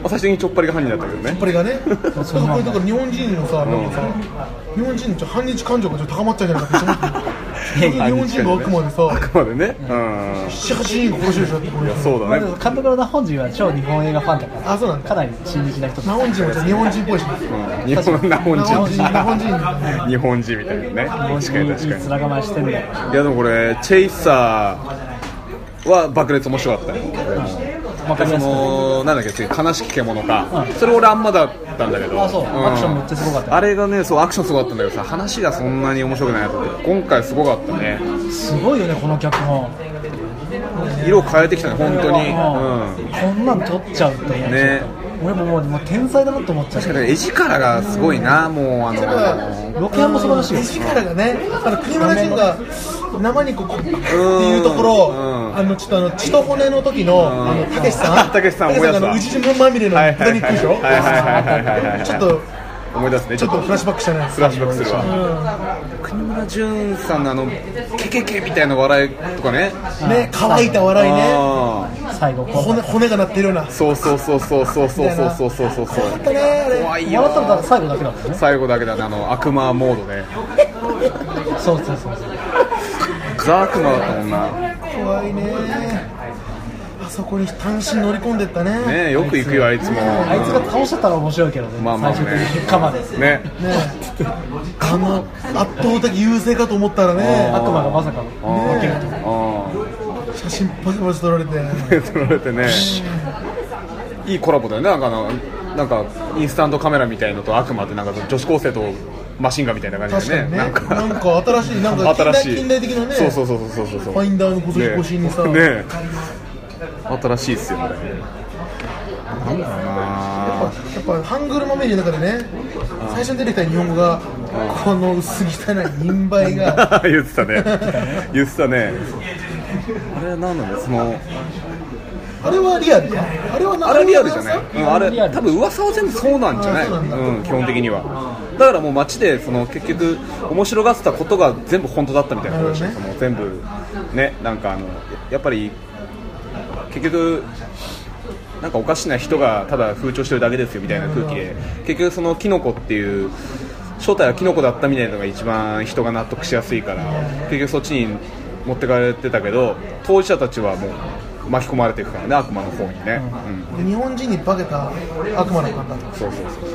Speaker 1: 最終的にちょっぱりが犯人だったけどね
Speaker 3: っぱりがね、だから
Speaker 2: そうなんだ
Speaker 3: これだから日本人のさ、なんかさ、日本人のちょ反日感情がちょっと高まっちゃうんじゃないかって思ってる日本人があくまで
Speaker 1: あ
Speaker 3: さ、
Speaker 1: くまでねうん
Speaker 3: 7、8人殺してるでしょってこれ
Speaker 1: そうだね
Speaker 2: 監督の日本人は超日本映画ファンだから
Speaker 3: あそうなんだ
Speaker 2: かなり親日な人
Speaker 3: 日本人はちょっと日本人っぽいし、
Speaker 1: うん日本日本
Speaker 3: 日本人、
Speaker 1: 人
Speaker 3: 日本人。
Speaker 1: 日本人みたいなね確かに
Speaker 2: い
Speaker 1: 確
Speaker 2: い
Speaker 1: かに
Speaker 2: 面構えしてるんだよ
Speaker 1: いやでもこれチェイサーは爆裂面白かったよ
Speaker 2: わかり
Speaker 1: そ
Speaker 2: やすく
Speaker 1: のなんだっけ次悲しき獣か、それ俺あんまだったんだけど
Speaker 2: あそうアクションめっちゃすごかったよ
Speaker 1: あれがねそうアクションすごかったんだけどさ話がそんなに面白くないなと思って今回すごかったね
Speaker 2: すごいよねこの脚本
Speaker 1: 色変えてきたね本当に、
Speaker 2: うんこんなん撮っちゃうって思っちゃ
Speaker 1: ね
Speaker 2: う俺ももうもう天才だなと思っちゃう
Speaker 1: 確かに絵力がすごいなもうあの
Speaker 2: ロケハンも素晴らしいよ
Speaker 3: 力がね、あの国村淳が生にここっていうところ、
Speaker 1: うん
Speaker 3: あのちょっとあの血と骨の時の、あのたけしさん、
Speaker 1: たけしさん
Speaker 3: た
Speaker 1: 思い出すわ
Speaker 3: けしがあのうじじまみれの
Speaker 1: はいは
Speaker 3: 豚
Speaker 1: いはい
Speaker 3: 肉でしょ。
Speaker 1: はいはいはいはいはい
Speaker 3: ちょっと
Speaker 1: 思い出すね
Speaker 3: ちょっとフラッシュバックしたね。
Speaker 1: スラッシュバックするわ国村淳さんのあのケケケみたいな笑いとかね
Speaker 3: ね、乾いた笑いね。
Speaker 1: あー
Speaker 2: 最後こう
Speaker 3: 骨骨が鳴ってるような。
Speaker 1: そうそうそうそうそうそうそうそうそうそう
Speaker 3: だねあれ
Speaker 1: 怖いよ
Speaker 2: 笑ったのただ最後だけだもんね
Speaker 1: 最後だけだねあの悪魔モードね
Speaker 2: そうそうそうそう
Speaker 1: ザ悪魔だったもんな
Speaker 3: 怖いね。あそこに単身乗り込んでったね。
Speaker 1: ねよく行くよあいつも
Speaker 2: あいつが倒しちゃったら面白いけどね、
Speaker 1: まあまあね
Speaker 2: 最終的に鎌で、
Speaker 1: ね
Speaker 3: ねあの圧倒的優勢かと思ったらね、
Speaker 2: 悪魔がまさかの負けると
Speaker 1: あ
Speaker 3: 写真パチパチ撮られて。
Speaker 1: あ撮られてねいいコラボだよねなんかあのなんかインスタントカメラみたいのと悪魔ってなんか女子高生とマシンガンみたいな感
Speaker 3: 確
Speaker 1: じ
Speaker 3: か
Speaker 1: で
Speaker 3: に
Speaker 1: ねな
Speaker 3: ね。な
Speaker 1: ん
Speaker 3: んか
Speaker 1: か
Speaker 3: 新しい、なんか
Speaker 1: 新
Speaker 3: 近代
Speaker 1: しい
Speaker 3: 近代的なね。
Speaker 1: そうそうそうそうそうそう
Speaker 3: ファインダーの越し越しにさ
Speaker 1: ねね新しいっすよね なんだろうな
Speaker 3: やっぱハングル豆の中でね、最初に出てきた日本語が、この薄汚い陰梅 が、
Speaker 1: 言ってたね言ってたねあれは何なんだその
Speaker 3: あれはリアルか、あれはな
Speaker 1: あれリアルじゃない、うん、あ
Speaker 2: リア
Speaker 1: れ
Speaker 2: ル
Speaker 1: 多分噂は全部そうなんじゃない、
Speaker 3: あそうなんだ
Speaker 1: うん、基本的にはだからもう街でその結局面白がってたことが全部本当だったみたいなことでしょ、
Speaker 3: なるほ
Speaker 1: その全部ねなんかあのやっぱり結局なんかおかしな人がただ風潮してるだけですよみたいな空気で結局そのキノコっていう正体はキノコだったみたいなのが一番人が納得しやすいから結局そっちに持ってかれてたけど当事者たちはもう巻き込まれていくからね悪魔の方にね、うん
Speaker 3: 日本人に化けた悪魔の方
Speaker 1: そうそう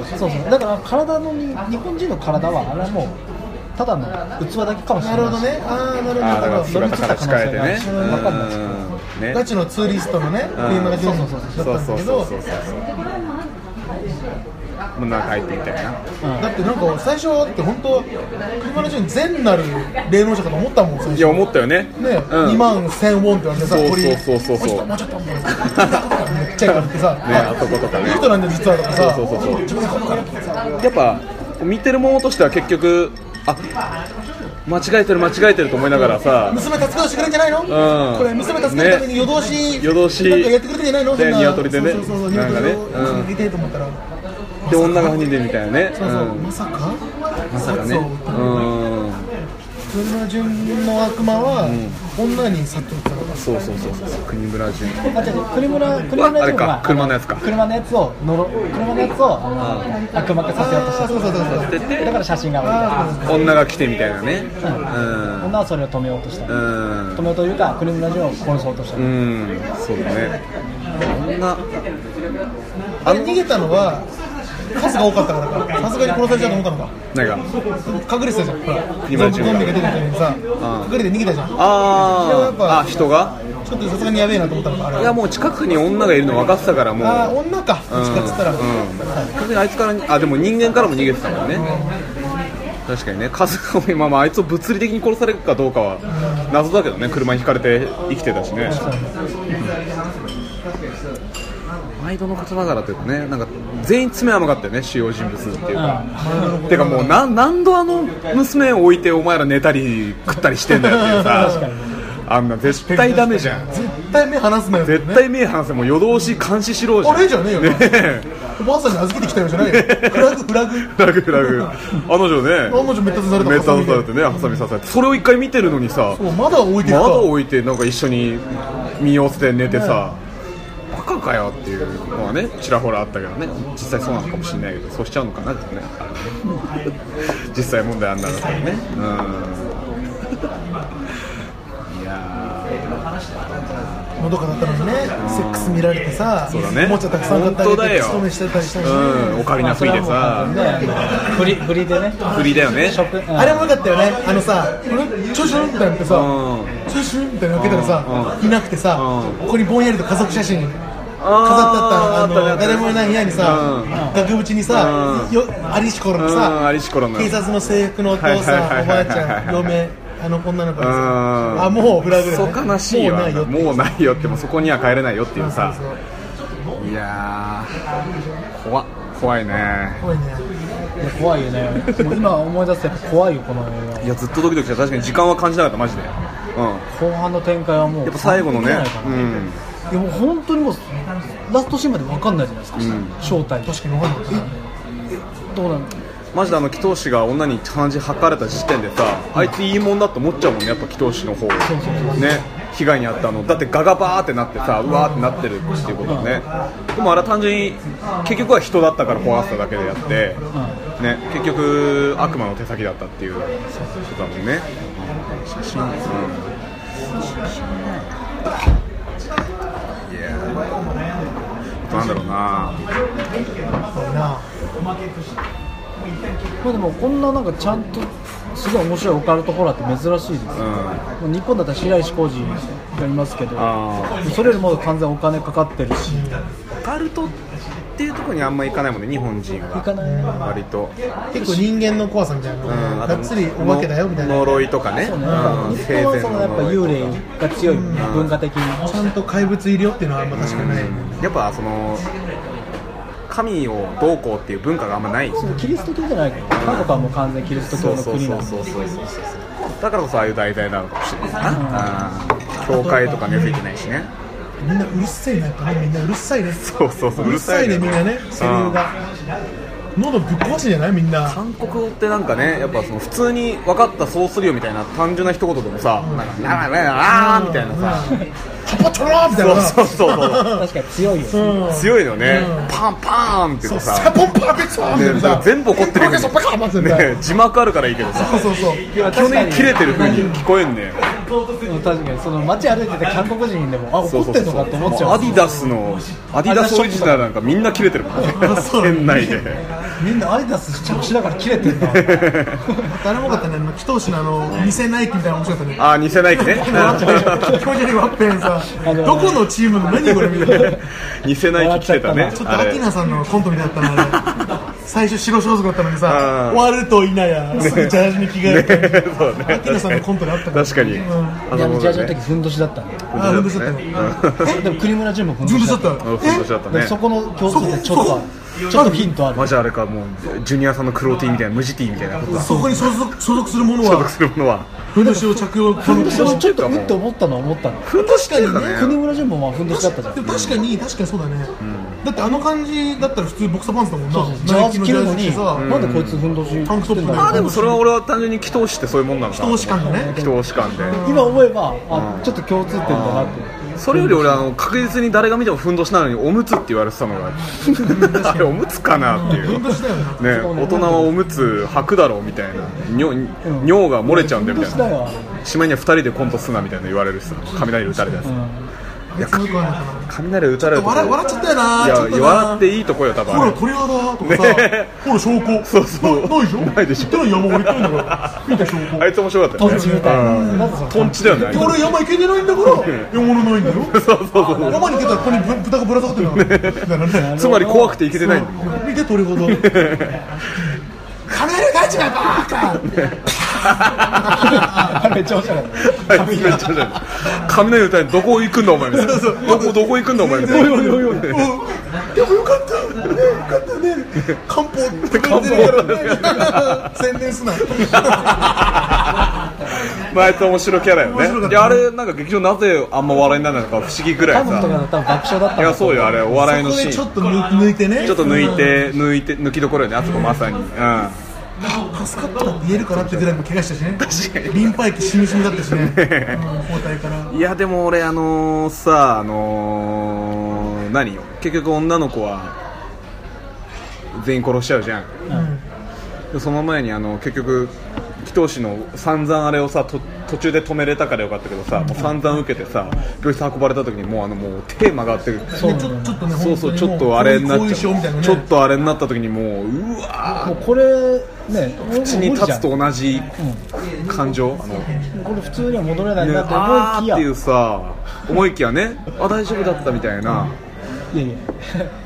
Speaker 1: そうそう
Speaker 2: そうそうだから体のに日本人の体はあれはもうただの器だけかもしれな
Speaker 3: ないるほどね、あー、なるほど、
Speaker 1: ああだ
Speaker 3: な
Speaker 1: か
Speaker 3: る
Speaker 1: ら
Speaker 3: ほど
Speaker 1: 姿から力えてね
Speaker 3: うん
Speaker 2: わかんないですけど
Speaker 1: うんね
Speaker 3: ガチのツーリストのね、
Speaker 1: うん
Speaker 3: 車が出て
Speaker 1: そ
Speaker 3: きた
Speaker 1: うんそう
Speaker 3: だ
Speaker 1: そう
Speaker 3: け
Speaker 1: そう
Speaker 3: ど
Speaker 1: そ、うもう中入ってみたいな
Speaker 3: だってなんか最初はだって本当車の人に善なる霊能者かと思ったもん最初
Speaker 1: いや思ったよね
Speaker 3: ね、
Speaker 1: うん
Speaker 3: 2万1000ウォンって言われてさ、
Speaker 1: そう
Speaker 3: 鳥
Speaker 1: そうそうそうそう
Speaker 3: もうちょっと、もうちょっと、めっちゃ言われてさ、
Speaker 1: ねあそことかね
Speaker 3: いい人なんだよ、実はとかさ、
Speaker 1: そうそうそうそう
Speaker 3: ちょっとここからとかさ
Speaker 1: やっぱ見てるものとしては結局あ間違えてる間違えてると思いながらさ
Speaker 3: 娘助けをしてくれんじゃないの、
Speaker 1: ん
Speaker 3: これ、娘助けるために夜通し、
Speaker 1: 夜通し
Speaker 3: なんかやってくれてんじゃないの、
Speaker 1: ね
Speaker 3: そんな
Speaker 1: 鶏でね
Speaker 3: そうそうそう、
Speaker 1: なんかね
Speaker 3: 鶏を
Speaker 1: うん
Speaker 3: 入れてと思ったら、
Speaker 1: で女が犯人でみたいなね
Speaker 3: そうそう、
Speaker 1: ん
Speaker 3: まさか、
Speaker 1: まさかね
Speaker 3: 殺意を
Speaker 1: うん
Speaker 3: 車順の悪魔は、女に殺到したのか
Speaker 1: そうそうそうそう国村淳
Speaker 2: あ、違う違う車村、車の
Speaker 1: あ
Speaker 2: や
Speaker 1: れ
Speaker 2: つ
Speaker 1: か
Speaker 2: は
Speaker 1: 車のやつか
Speaker 2: 車のやつをのろ、車のやつを悪魔化させようとして
Speaker 3: あーそうそうそうそう
Speaker 1: で
Speaker 2: ただ
Speaker 1: で
Speaker 2: から写真が多いみ
Speaker 1: 女が来てみたいなね
Speaker 2: たいな女はそれを止めようとした
Speaker 1: うん
Speaker 2: 止
Speaker 1: うん
Speaker 2: めようというか、車村ジを殺そうとした
Speaker 1: うん、そうだね。こんな、
Speaker 3: あれ逃げたのは、数が多かったからか、さすがに殺されちゃうと思ったのか。
Speaker 1: 何が。
Speaker 3: 隠れてたじゃん、ほら、
Speaker 1: 今
Speaker 3: ゾン
Speaker 1: 自
Speaker 3: ビ
Speaker 1: 分
Speaker 3: が
Speaker 1: が
Speaker 3: 出てきた時にさ、隠れて逃げたじゃん、
Speaker 1: あ
Speaker 3: でも
Speaker 1: あ、
Speaker 3: やっぱ
Speaker 1: あ、人が。
Speaker 3: ちょっとさすがにやべえなと思ったのか、あれ
Speaker 1: いや、もう近くに女がいるの分かってたから、もう。
Speaker 3: あー女か、どっちかっつったら、
Speaker 1: うん完全にあいつから、あ、でも人間からも逃げてたもんね。確かにね、カズカも今、まあ、あいつを物理的に殺されるかどうかは謎だけどね、車にひかれて生きてたしね。毎度のことながらというかね、なんか全員爪甘かったよね、主要人物っていうか。てかもうな何度あの娘を置いてお前ら寝たり食ったりしてんだよっていうさあんな絶対ダメじゃん
Speaker 3: 絶対目離すなよ、
Speaker 1: 絶対目離せもう夜通し監視しろじゃん
Speaker 3: あれじゃねえよ
Speaker 1: え
Speaker 3: おばあさんに預けてきたよじゃないよ、フラグ、フラグ、
Speaker 1: ラグラグあの女ね
Speaker 3: あの女めった刺された
Speaker 1: めった刺されてねハサミ刺されてそれを一回見てるのにさ
Speaker 3: そうまだ置いてるか、
Speaker 1: 窓を置いてなんか一緒に身を捨て寝てさバカかよっていうのはねちらほらあったけどね実際そうなのかもしれないけどそうしちゃうのかなってね実際問題あんなのからねうんいや
Speaker 3: のどかだったのにね、セックス見られてさ、
Speaker 1: そうだね
Speaker 3: おもちゃたくさん買って
Speaker 1: 本当
Speaker 3: あ
Speaker 1: だ
Speaker 3: げて、
Speaker 1: よ
Speaker 3: 勤めしてたりしたし、
Speaker 1: ーうんオカリナ吹いてさ
Speaker 2: ね振り振りでね
Speaker 1: 振りだよね
Speaker 2: 食
Speaker 3: あれもよかったよね、あのさ、調子乗ってなって
Speaker 1: う
Speaker 3: さ、
Speaker 1: ん
Speaker 3: 調子乗ってなって開けたらさ、いなくてさ
Speaker 1: うん、
Speaker 3: ここにぼんやりと家族写真。飾
Speaker 1: あー
Speaker 3: ってあった
Speaker 1: あ
Speaker 3: あ
Speaker 1: っ
Speaker 3: の
Speaker 1: たね
Speaker 3: 誰もいない部屋に
Speaker 1: う
Speaker 3: さ、額縁にさ、
Speaker 1: うん
Speaker 3: よアリシコロの
Speaker 1: うん
Speaker 3: さ、
Speaker 1: アリシコロの
Speaker 3: 警察の制服のお父
Speaker 1: は
Speaker 3: さん、お
Speaker 1: いはいはい
Speaker 3: ば
Speaker 1: はい
Speaker 3: あちゃん、嫁、あの女の子に
Speaker 1: うん
Speaker 3: さ、あもうフラグ
Speaker 1: ク
Speaker 3: だ
Speaker 1: ソ
Speaker 3: よね
Speaker 1: 悲しい
Speaker 3: もう
Speaker 1: わ
Speaker 3: ないよって
Speaker 1: もうないよってもうそこには帰れないよっていうさ
Speaker 3: そうそう
Speaker 1: いやー怖っ怖いね
Speaker 3: すごいね
Speaker 2: いや怖いよねもう今思い出すとやっぱ怖いよこの映
Speaker 1: いやずっとドキドキした確かに時間は感じなかったマジでうん
Speaker 2: 画後半の展開はもう
Speaker 1: やっぱ最後のね
Speaker 2: 完璧じゃないかなでもう本当にもうラストシーンまで分かんないじゃないですか、
Speaker 1: ん
Speaker 2: 正体
Speaker 3: 確かに分かんなかったな
Speaker 2: どう
Speaker 1: う
Speaker 2: なの
Speaker 1: んマジであの祈祷師が女に感じ吐かれた時点でさあいついいもんだと思っちゃうもんねやっぱ祈祷師の方ね被害に遭ったのだってガガバーってなってさうわーってなってるっていうことはねでもあれは単純に結局は人だったから怖がってただけでやってね結局悪魔の手先だったっていうことだもんね写真うんいやーなんだろうな
Speaker 3: そうだな
Speaker 2: まあでもこんななんかちゃんとすごい面白いオカルトホラーって珍しいです、
Speaker 1: うん
Speaker 2: もう日本だったら白石浩二がいますけど
Speaker 1: あ
Speaker 2: それよりも完全にお金かかってるし
Speaker 1: オカルトっていうところにあんま行かないもんね日本人は
Speaker 2: 行かない
Speaker 1: 割と、
Speaker 3: 結構人間の怖さみたいなの
Speaker 1: う
Speaker 3: が
Speaker 1: ん、あと
Speaker 3: がっつりお化けだよみたいな
Speaker 1: 呪いとかね
Speaker 2: そうね、
Speaker 1: うん
Speaker 2: 日本はそのやっぱ幽霊が強い、文化的に
Speaker 3: ちゃんと怪物いるよっていうのはあんま確かにない、
Speaker 1: うんやっぱその神をどうこうっていう文化があんまない
Speaker 2: そのキリスト教じゃないけど韓国はもう完全にキリスト教の国なんで
Speaker 1: そうそうそうそうだからこそああいう題材なのかもしれないな、うん教会とか根付いてないしね
Speaker 3: みんなうるせえなやっぱねみんなうるさいね
Speaker 1: そうそうそう
Speaker 3: うるさいね
Speaker 1: う
Speaker 3: みんなねセリフが喉ぶっ壊すんじゃないみんな
Speaker 1: 韓国語ってなんかねやっぱその普通に分かったそうするよみたいな単純な一言でもさ「なんかならならなら」みたいなさ
Speaker 3: パパトラーみたいな
Speaker 1: そうそうそうそう
Speaker 2: 確かに強いよ、
Speaker 3: うん
Speaker 1: 強いのね、
Speaker 3: うん
Speaker 1: パンパンって
Speaker 3: そう
Speaker 1: さ
Speaker 3: サポンパーベツァーみたいなさ
Speaker 1: ね全部怒ってるよね
Speaker 3: パカパカパカってな
Speaker 1: ね、字幕あるからいいけどさ
Speaker 3: そうそうそう
Speaker 1: 基本的に切れてる風に聞こえんねん
Speaker 2: うん確かにその街歩いてて韓国人でもあ怒ってんのかと思っちゃう
Speaker 1: もアディダスのアディダスオリジナルなんかみんな切れてるもんね店内で
Speaker 2: みんなアディダス着しながら切れてるん だ
Speaker 3: 誰もよかったねあの祈祷師のあの偽ナイキみたいなの面白かったね
Speaker 1: ああ偽ナイキね
Speaker 3: 気持ち悪いワッペンさ
Speaker 2: あの
Speaker 3: どこのチームの何これみたいな
Speaker 1: 偽ナイキ着てたね
Speaker 2: 笑っ
Speaker 3: ちょっと
Speaker 1: あ
Speaker 3: ア
Speaker 1: れ
Speaker 3: キナさんのコントみたいだったなあれ最初白装束だったのにさ
Speaker 1: うん
Speaker 3: 終わるといなやすぐジャージに着替えて、
Speaker 1: ねそうね
Speaker 3: アキナさんのコントであったから
Speaker 1: 確かに
Speaker 3: うん
Speaker 1: あ
Speaker 2: い
Speaker 1: も
Speaker 2: や
Speaker 1: うね
Speaker 2: ジャージの時ふんどしだったね
Speaker 3: あー運動しちゃったよ
Speaker 2: でも国村淳もふんど
Speaker 3: 準
Speaker 2: し
Speaker 3: 備しち
Speaker 2: だ
Speaker 3: ゃ
Speaker 2: った
Speaker 3: った
Speaker 1: うんふんどしだった
Speaker 2: で
Speaker 1: ね
Speaker 2: そこの共通点ちょっとあるちょっとヒントある
Speaker 1: マジあれかもうジュニアさんの黒 T みたいな無地 T みたいなことだ
Speaker 3: そこに所属所属する者
Speaker 1: 所属
Speaker 3: は
Speaker 1: するものは
Speaker 3: ふんどしを着用可
Speaker 2: ふん
Speaker 3: 能
Speaker 2: どしをちょっとうんって思ったのは思ったの
Speaker 3: 確かに
Speaker 1: ね
Speaker 3: ね
Speaker 2: 国村淳もまあふんどしだったじゃん
Speaker 3: でも確かに確かにそうだね、だってあの感じだったら普通ボクサーパンツだもんな
Speaker 2: そうそうジャージ着るの
Speaker 3: ナイ
Speaker 2: に
Speaker 3: キのジャージ着てさ
Speaker 2: なんでこいつふんどし着
Speaker 3: タンクトッ
Speaker 2: て
Speaker 3: プ
Speaker 2: ん
Speaker 3: の
Speaker 1: あ
Speaker 2: だ
Speaker 1: あでもそれは俺は単純に祈祷師ってそういうもんなのかな
Speaker 3: 祈祷師感がね
Speaker 1: 祈祷師感で
Speaker 2: 今思えばあちょっと共通点だなって
Speaker 1: それより俺あの確実に誰が見てもふんどしなのにおむつって言われてたの があれおむつかなっていう
Speaker 3: ふんどしだよな
Speaker 1: ね大人はおむつ履くだろうみたいな尿尿が漏れちゃうんだよ
Speaker 2: ふん
Speaker 1: みた
Speaker 2: どし
Speaker 1: いな
Speaker 2: だよ
Speaker 1: しまいには2人でコントすなみたいなの言われるしさ雷打たれたやつ
Speaker 3: いや強くはないかな
Speaker 1: 雷打たれるとこ
Speaker 3: 笑笑っちゃったよないちょっと
Speaker 1: や
Speaker 3: な
Speaker 1: 笑っていいとこよ多分
Speaker 3: ほ
Speaker 1: あ
Speaker 3: ら
Speaker 1: れ
Speaker 3: 鳥肌とかさ、ほら証拠
Speaker 1: そうそう
Speaker 3: なないでしょ
Speaker 1: ないでしょ
Speaker 3: 言ってない山俺言ってないんだから見た証拠
Speaker 1: あいつ面白かったよ
Speaker 2: トンチみたいな
Speaker 1: うん
Speaker 2: なぜその
Speaker 1: トンチだよねあいつ
Speaker 3: 俺山行けてないんだから山のないんだよ
Speaker 1: そうそうそう
Speaker 3: 山に行けたらここにぶ豚がぶら下がってるからみたいなね
Speaker 1: つまり怖くていけてないんだよ
Speaker 3: 見て鳥 肌カメラガチがバー
Speaker 2: あれめっちゃ面白かった
Speaker 1: あいつめっちゃ面白い雷打たれてどこ行くんだお前みたいなどこどこ行くんだお前みたいな
Speaker 3: カでもよかったねよかったね漢方ってくれてるからね宣伝すな
Speaker 1: まあ、あいつ面白いキャラ
Speaker 3: 面白
Speaker 1: よ
Speaker 3: か
Speaker 1: ね。
Speaker 3: った
Speaker 1: いや、あれ、なんか劇場なぜあんま笑いにならないのか不思議ぐら
Speaker 2: 多
Speaker 1: い
Speaker 2: 分
Speaker 1: さ。
Speaker 2: とかだ多分爆笑だったん
Speaker 1: い
Speaker 2: だ
Speaker 1: や、そうよ、あれ、お笑いの
Speaker 3: こ
Speaker 1: シ
Speaker 3: れち
Speaker 1: ー
Speaker 3: ょ
Speaker 1: ン。
Speaker 3: っと抜抜いてね
Speaker 1: ちょっと抜いて、抜いて、抜きどころよね、あそこまさに。うん。
Speaker 3: 助かったって言えるかなってぐらいも怪我したしねリンパ液しみしみだった しねうん包帯から
Speaker 1: いや、でも俺、あのー、さ、あのー、何よ結局女の子は全員殺しちゃうじゃん、でその前にあの結局紀藤氏の散々あれをさと途中で止めれたからよかったけどさ、もう散々受けてさ病室運ばれた時にもうあのもう手曲がってる
Speaker 2: そう
Speaker 3: ちょちょっとね
Speaker 1: そうそう
Speaker 3: 本
Speaker 1: ちょ
Speaker 3: 当にも
Speaker 1: っとあれになっ
Speaker 3: 後遺
Speaker 1: ちゃ
Speaker 3: 症
Speaker 1: う、
Speaker 3: みたいなね
Speaker 1: ちょっとあれになった時にもううわ
Speaker 2: もうこれね
Speaker 1: ー口に立つと同じ感情、あの
Speaker 2: これ普通には戻れない
Speaker 1: ね
Speaker 2: な
Speaker 1: あ
Speaker 2: と思いき
Speaker 1: ー
Speaker 2: や
Speaker 1: っていうさ思いきやねあ大丈夫だったみたいな、
Speaker 2: いやいや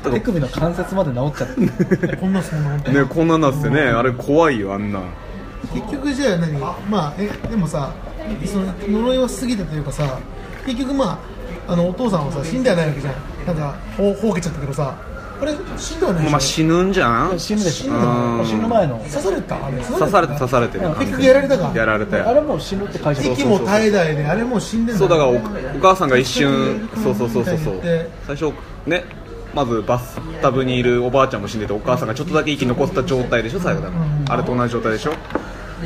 Speaker 2: 手首の関節まで治っちゃって
Speaker 4: こんなそんな本当に
Speaker 1: ねこんなんなっててねあれ怖いよあんな
Speaker 3: 結局じゃあ何まあえでもさその呪いは過ぎたというかさ結局まああのお父さんはさ死んではないわけじゃんなんかほうほうけちゃったけどさあれ死んではないでしょ、
Speaker 1: まあ死ぬんじゃん
Speaker 2: 死ぬでしょ
Speaker 1: うん
Speaker 2: 死ぬ前の
Speaker 3: 刺されたあれ
Speaker 1: 刺されて刺されてる
Speaker 3: 結局やられたか
Speaker 1: やられた
Speaker 2: あれ
Speaker 1: よ
Speaker 2: もう死ぬって解釈
Speaker 3: 息も絶え絶えであれもう死んでん
Speaker 1: そうだからおお
Speaker 3: ね
Speaker 1: 母さんが一瞬そうそうそうそうそう
Speaker 3: みたいに言って
Speaker 1: 最初ねまずバスタブにいるおばあちゃんも死んでてお母さんがちょっとだけ息残った状態でしょ最後だからあれと同じ状態でしょ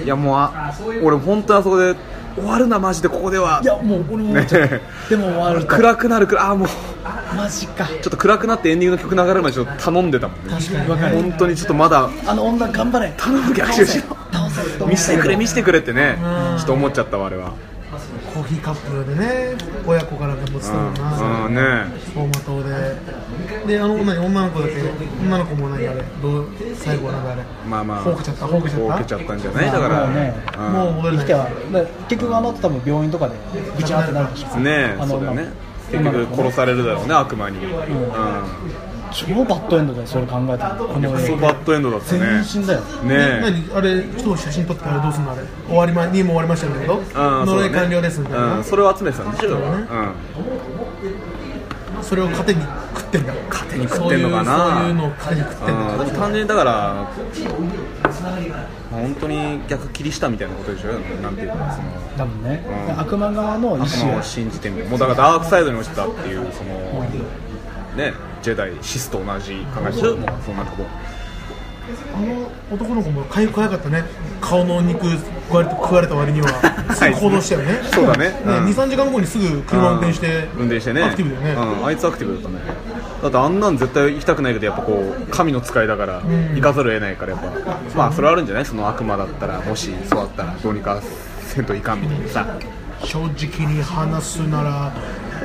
Speaker 1: いやもうあ俺本当はそこで終わるなマジでここではい
Speaker 2: やもう俺も思っちゃった
Speaker 1: ね
Speaker 2: でも終わると
Speaker 1: 暗くなるからあーもう
Speaker 2: マジか
Speaker 1: ちょっと暗くなってエンディングの曲流れるまでちょっと頼んでたもんね
Speaker 3: 確かに
Speaker 2: わかる
Speaker 1: 本当にちょっとまだ
Speaker 2: あの女頑張れ
Speaker 1: 頼む逆襲しろ
Speaker 2: 倒せ倒せ
Speaker 1: 見せてくれ見せてくれってねちょっと思っちゃったわあれは
Speaker 3: コーヒーカップでね親子から持つたもんな
Speaker 1: うんね
Speaker 3: 走馬灯でであの女に女の子だけ女の子も何あれどう最後はなんかあれ
Speaker 1: まあまあ
Speaker 3: ほうけちゃったほうけちゃった
Speaker 1: ほうけちゃったんじゃないだか
Speaker 2: まあまあね
Speaker 1: らうん
Speaker 3: もう戻
Speaker 2: 生
Speaker 3: れな
Speaker 2: き
Speaker 3: い
Speaker 2: てはだから結局あの後多分病院とかでぐちゃってなるでしょ
Speaker 1: ねえ
Speaker 2: あの
Speaker 1: そうだよね
Speaker 2: 女
Speaker 1: 結
Speaker 2: の子
Speaker 1: 局殺されるだろうね悪魔にうん
Speaker 2: 超バッドエンドだよそれ考えたらこの
Speaker 1: クソ
Speaker 2: 映
Speaker 1: バ
Speaker 2: 画
Speaker 1: ッドエンドだった
Speaker 2: 全
Speaker 1: ね
Speaker 2: 員死んだよ
Speaker 1: ね
Speaker 3: 何あれ人を写真撮ってからどうすんのあれ終わりまにも終わりましたみたいなこと
Speaker 1: えうん
Speaker 3: 呪い
Speaker 1: そうだね
Speaker 3: 完了ですみたいな、
Speaker 1: うんそれを集めてたんでしょ
Speaker 3: うだね
Speaker 1: うん
Speaker 3: それを糧に食ってんだ糧
Speaker 1: に食ってんのかな
Speaker 3: そういうそういうのを糧に食って
Speaker 1: うん
Speaker 3: ん
Speaker 1: でも
Speaker 3: のか
Speaker 1: 単純にだから本当に逆切りしたみたいなことでしょなんていうかその
Speaker 2: 多分ね
Speaker 1: うん
Speaker 2: 悪魔側の意
Speaker 1: 悪
Speaker 2: 思
Speaker 1: 魔
Speaker 2: を
Speaker 1: を信じてみるもうだからダークサイドに落ちたっていうそのねジェダイシスと同じ考えでしょもうそんなとこ
Speaker 3: あの男の子も回復早かったね顔の肉食われた食われた 割にはすぐ行動したよね
Speaker 1: そうだねうん
Speaker 3: 23時間後にすぐ車運転して
Speaker 1: 運転してね
Speaker 3: アクティブだよね、
Speaker 1: うん、あいつアクティブだったねだってあんなん絶対行きたくないけどやっぱこう神の使いだから行かざるを得ないからやっぱまあそれはあるんじゃないその悪魔だったらもしそうだったらどうにかせんといかんみたいなさ
Speaker 3: 正直に話すなら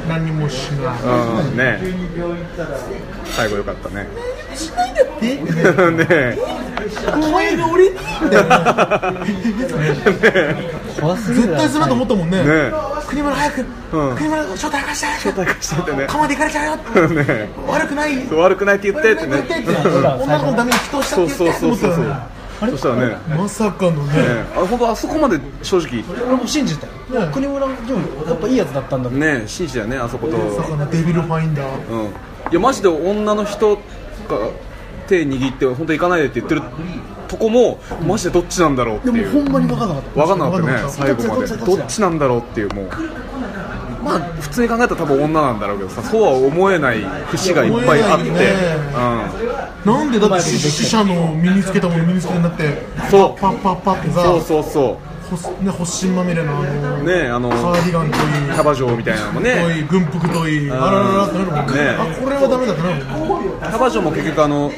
Speaker 3: 何もしない、
Speaker 1: うんね最後よかったね
Speaker 3: しないんだって
Speaker 1: ねえ
Speaker 3: お前が俺にみたいな
Speaker 2: 怖すぎる
Speaker 3: 絶
Speaker 2: だ
Speaker 3: 対
Speaker 2: ろ
Speaker 3: するなと思ったもんね
Speaker 1: ねえ
Speaker 3: 国村早く、
Speaker 1: うん
Speaker 3: 国村招待貸して招
Speaker 1: なんかしててね
Speaker 3: 鎌まで行かれちゃうよ
Speaker 1: ねえ
Speaker 3: 悪くない
Speaker 1: 悪くないって言ってって
Speaker 3: 悪くないって言って
Speaker 1: ね
Speaker 3: 女の子のために祈祷した
Speaker 1: そう
Speaker 3: って
Speaker 1: そう
Speaker 3: 言ってと
Speaker 1: そう
Speaker 3: 思った
Speaker 1: そう
Speaker 3: よ
Speaker 1: そ
Speaker 3: ね
Speaker 1: うそしたらねね
Speaker 3: まさかのね
Speaker 1: えあれ本当あそこまで正直
Speaker 2: 俺も信じたよ
Speaker 3: ね
Speaker 2: 国村淳やっぱいいやつだったんだけど
Speaker 1: ねえ信じたよねあそこと
Speaker 3: まさかのデビルファインダー
Speaker 1: うん、いやマジで女の人が手握って本当行かないでって言ってるとこもマジでどっちなんだろうって
Speaker 2: で
Speaker 1: い
Speaker 2: もほん
Speaker 1: う
Speaker 2: まに分かんなかった
Speaker 1: 分かんなかったね
Speaker 3: どっち
Speaker 1: 最後まで
Speaker 2: どっちだ
Speaker 1: どっちなんだろうっていうもうまあ普通に考えたら多分女なんだろうけどさそうは思えない節がいっぱいあって、
Speaker 3: 思えないなんでだって死者の身につけたもの身につけたになって
Speaker 1: うん、そ
Speaker 3: パッパッパって
Speaker 1: うそう
Speaker 3: さ
Speaker 1: そうそ
Speaker 3: ほすね発疹まみれのあの
Speaker 1: うねえあの
Speaker 3: カーディガンとい
Speaker 1: キャバ嬢みたいなのも
Speaker 3: い
Speaker 1: ね
Speaker 3: とい軍服といいあらららってなるもんね
Speaker 1: ね
Speaker 3: あこれはダメだってなるもんね
Speaker 1: キャバ嬢も結局あの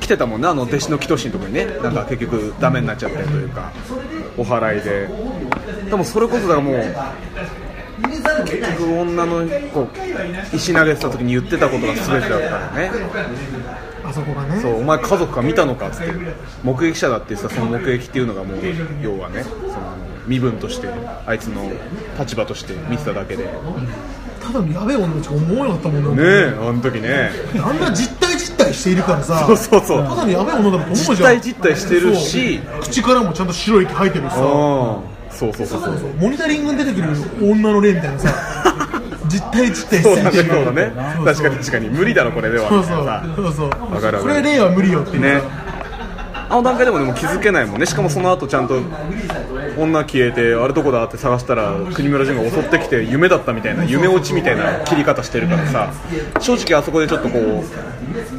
Speaker 1: 来てたもんねあの弟子のキトシのとこにねなんか結局ダメになっちゃったりというかお祓いででもそれこそだからもう結局女の子石投げてた時に言ってたことが全てだったからね
Speaker 3: あそこがね
Speaker 1: そうお前家族か見たのかっつって目撃者だってさその目撃っていうのがもう要はねそのあの身分としてあいつの立場として見てただけでね
Speaker 3: ただのやべえ女の子思わなかったもんね
Speaker 1: えあの時ね
Speaker 3: あんな実体実体しているからさ
Speaker 1: そうそうそう
Speaker 3: ただのやべえ女だと思うじゃ
Speaker 1: 実体
Speaker 3: ん
Speaker 1: 実体してるし
Speaker 3: そう口からもちゃんと白い息吐いてるし
Speaker 1: うん
Speaker 3: さ
Speaker 1: そうそうそうそうそう
Speaker 3: モニタリングに出てくる女の霊みたいなさ実体実体
Speaker 1: そう
Speaker 3: し
Speaker 1: だね、
Speaker 3: てるし
Speaker 1: そうだね。確かに確かに無理だろこれでは。
Speaker 3: そう
Speaker 1: みたいなさ
Speaker 3: そうそうそう
Speaker 1: わかるわかる
Speaker 3: これ霊は無理よっていう
Speaker 1: ね
Speaker 3: さ。
Speaker 1: あの段階でもでも気づけないもんね。しかもその後ちゃんと女消えてあれどこだって探したら国村淳が襲ってきて夢だったみたいな夢落ちみたいな切り方してるからさ、正直あそこでちょっとこう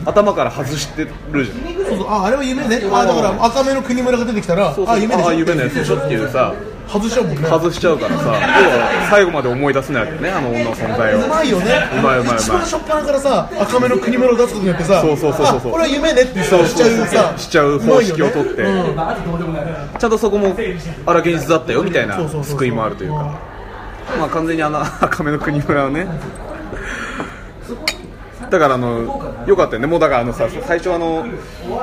Speaker 1: 頭から外してるじゃん。
Speaker 3: そうそうああれは夢ねあだから赤目の国村が出てきたら
Speaker 1: そうそう
Speaker 3: あ夢でしょ
Speaker 1: あ夢のやつでしょっていうさ
Speaker 3: 外しちゃうもんね
Speaker 1: 外しちゃうからさ要は最後まで思い出せないわけねあの女の存在を
Speaker 3: うまいよね
Speaker 1: うまいうまいうまい
Speaker 3: 一番初っ端からさ赤目の国村を出すことによってさ
Speaker 1: そうそうそうそうそう
Speaker 3: あこれは夢ねって
Speaker 1: そう
Speaker 3: しちゃうさ
Speaker 1: しちゃう方式をとって、
Speaker 3: うまいよね
Speaker 1: ちゃんとそこもあら現実だったよみたいな
Speaker 3: そうそうそうそう
Speaker 1: 救いもあるというかまあ完全にあの 赤目の国村をねだからあのよかったよねもうだからあのさ最初あの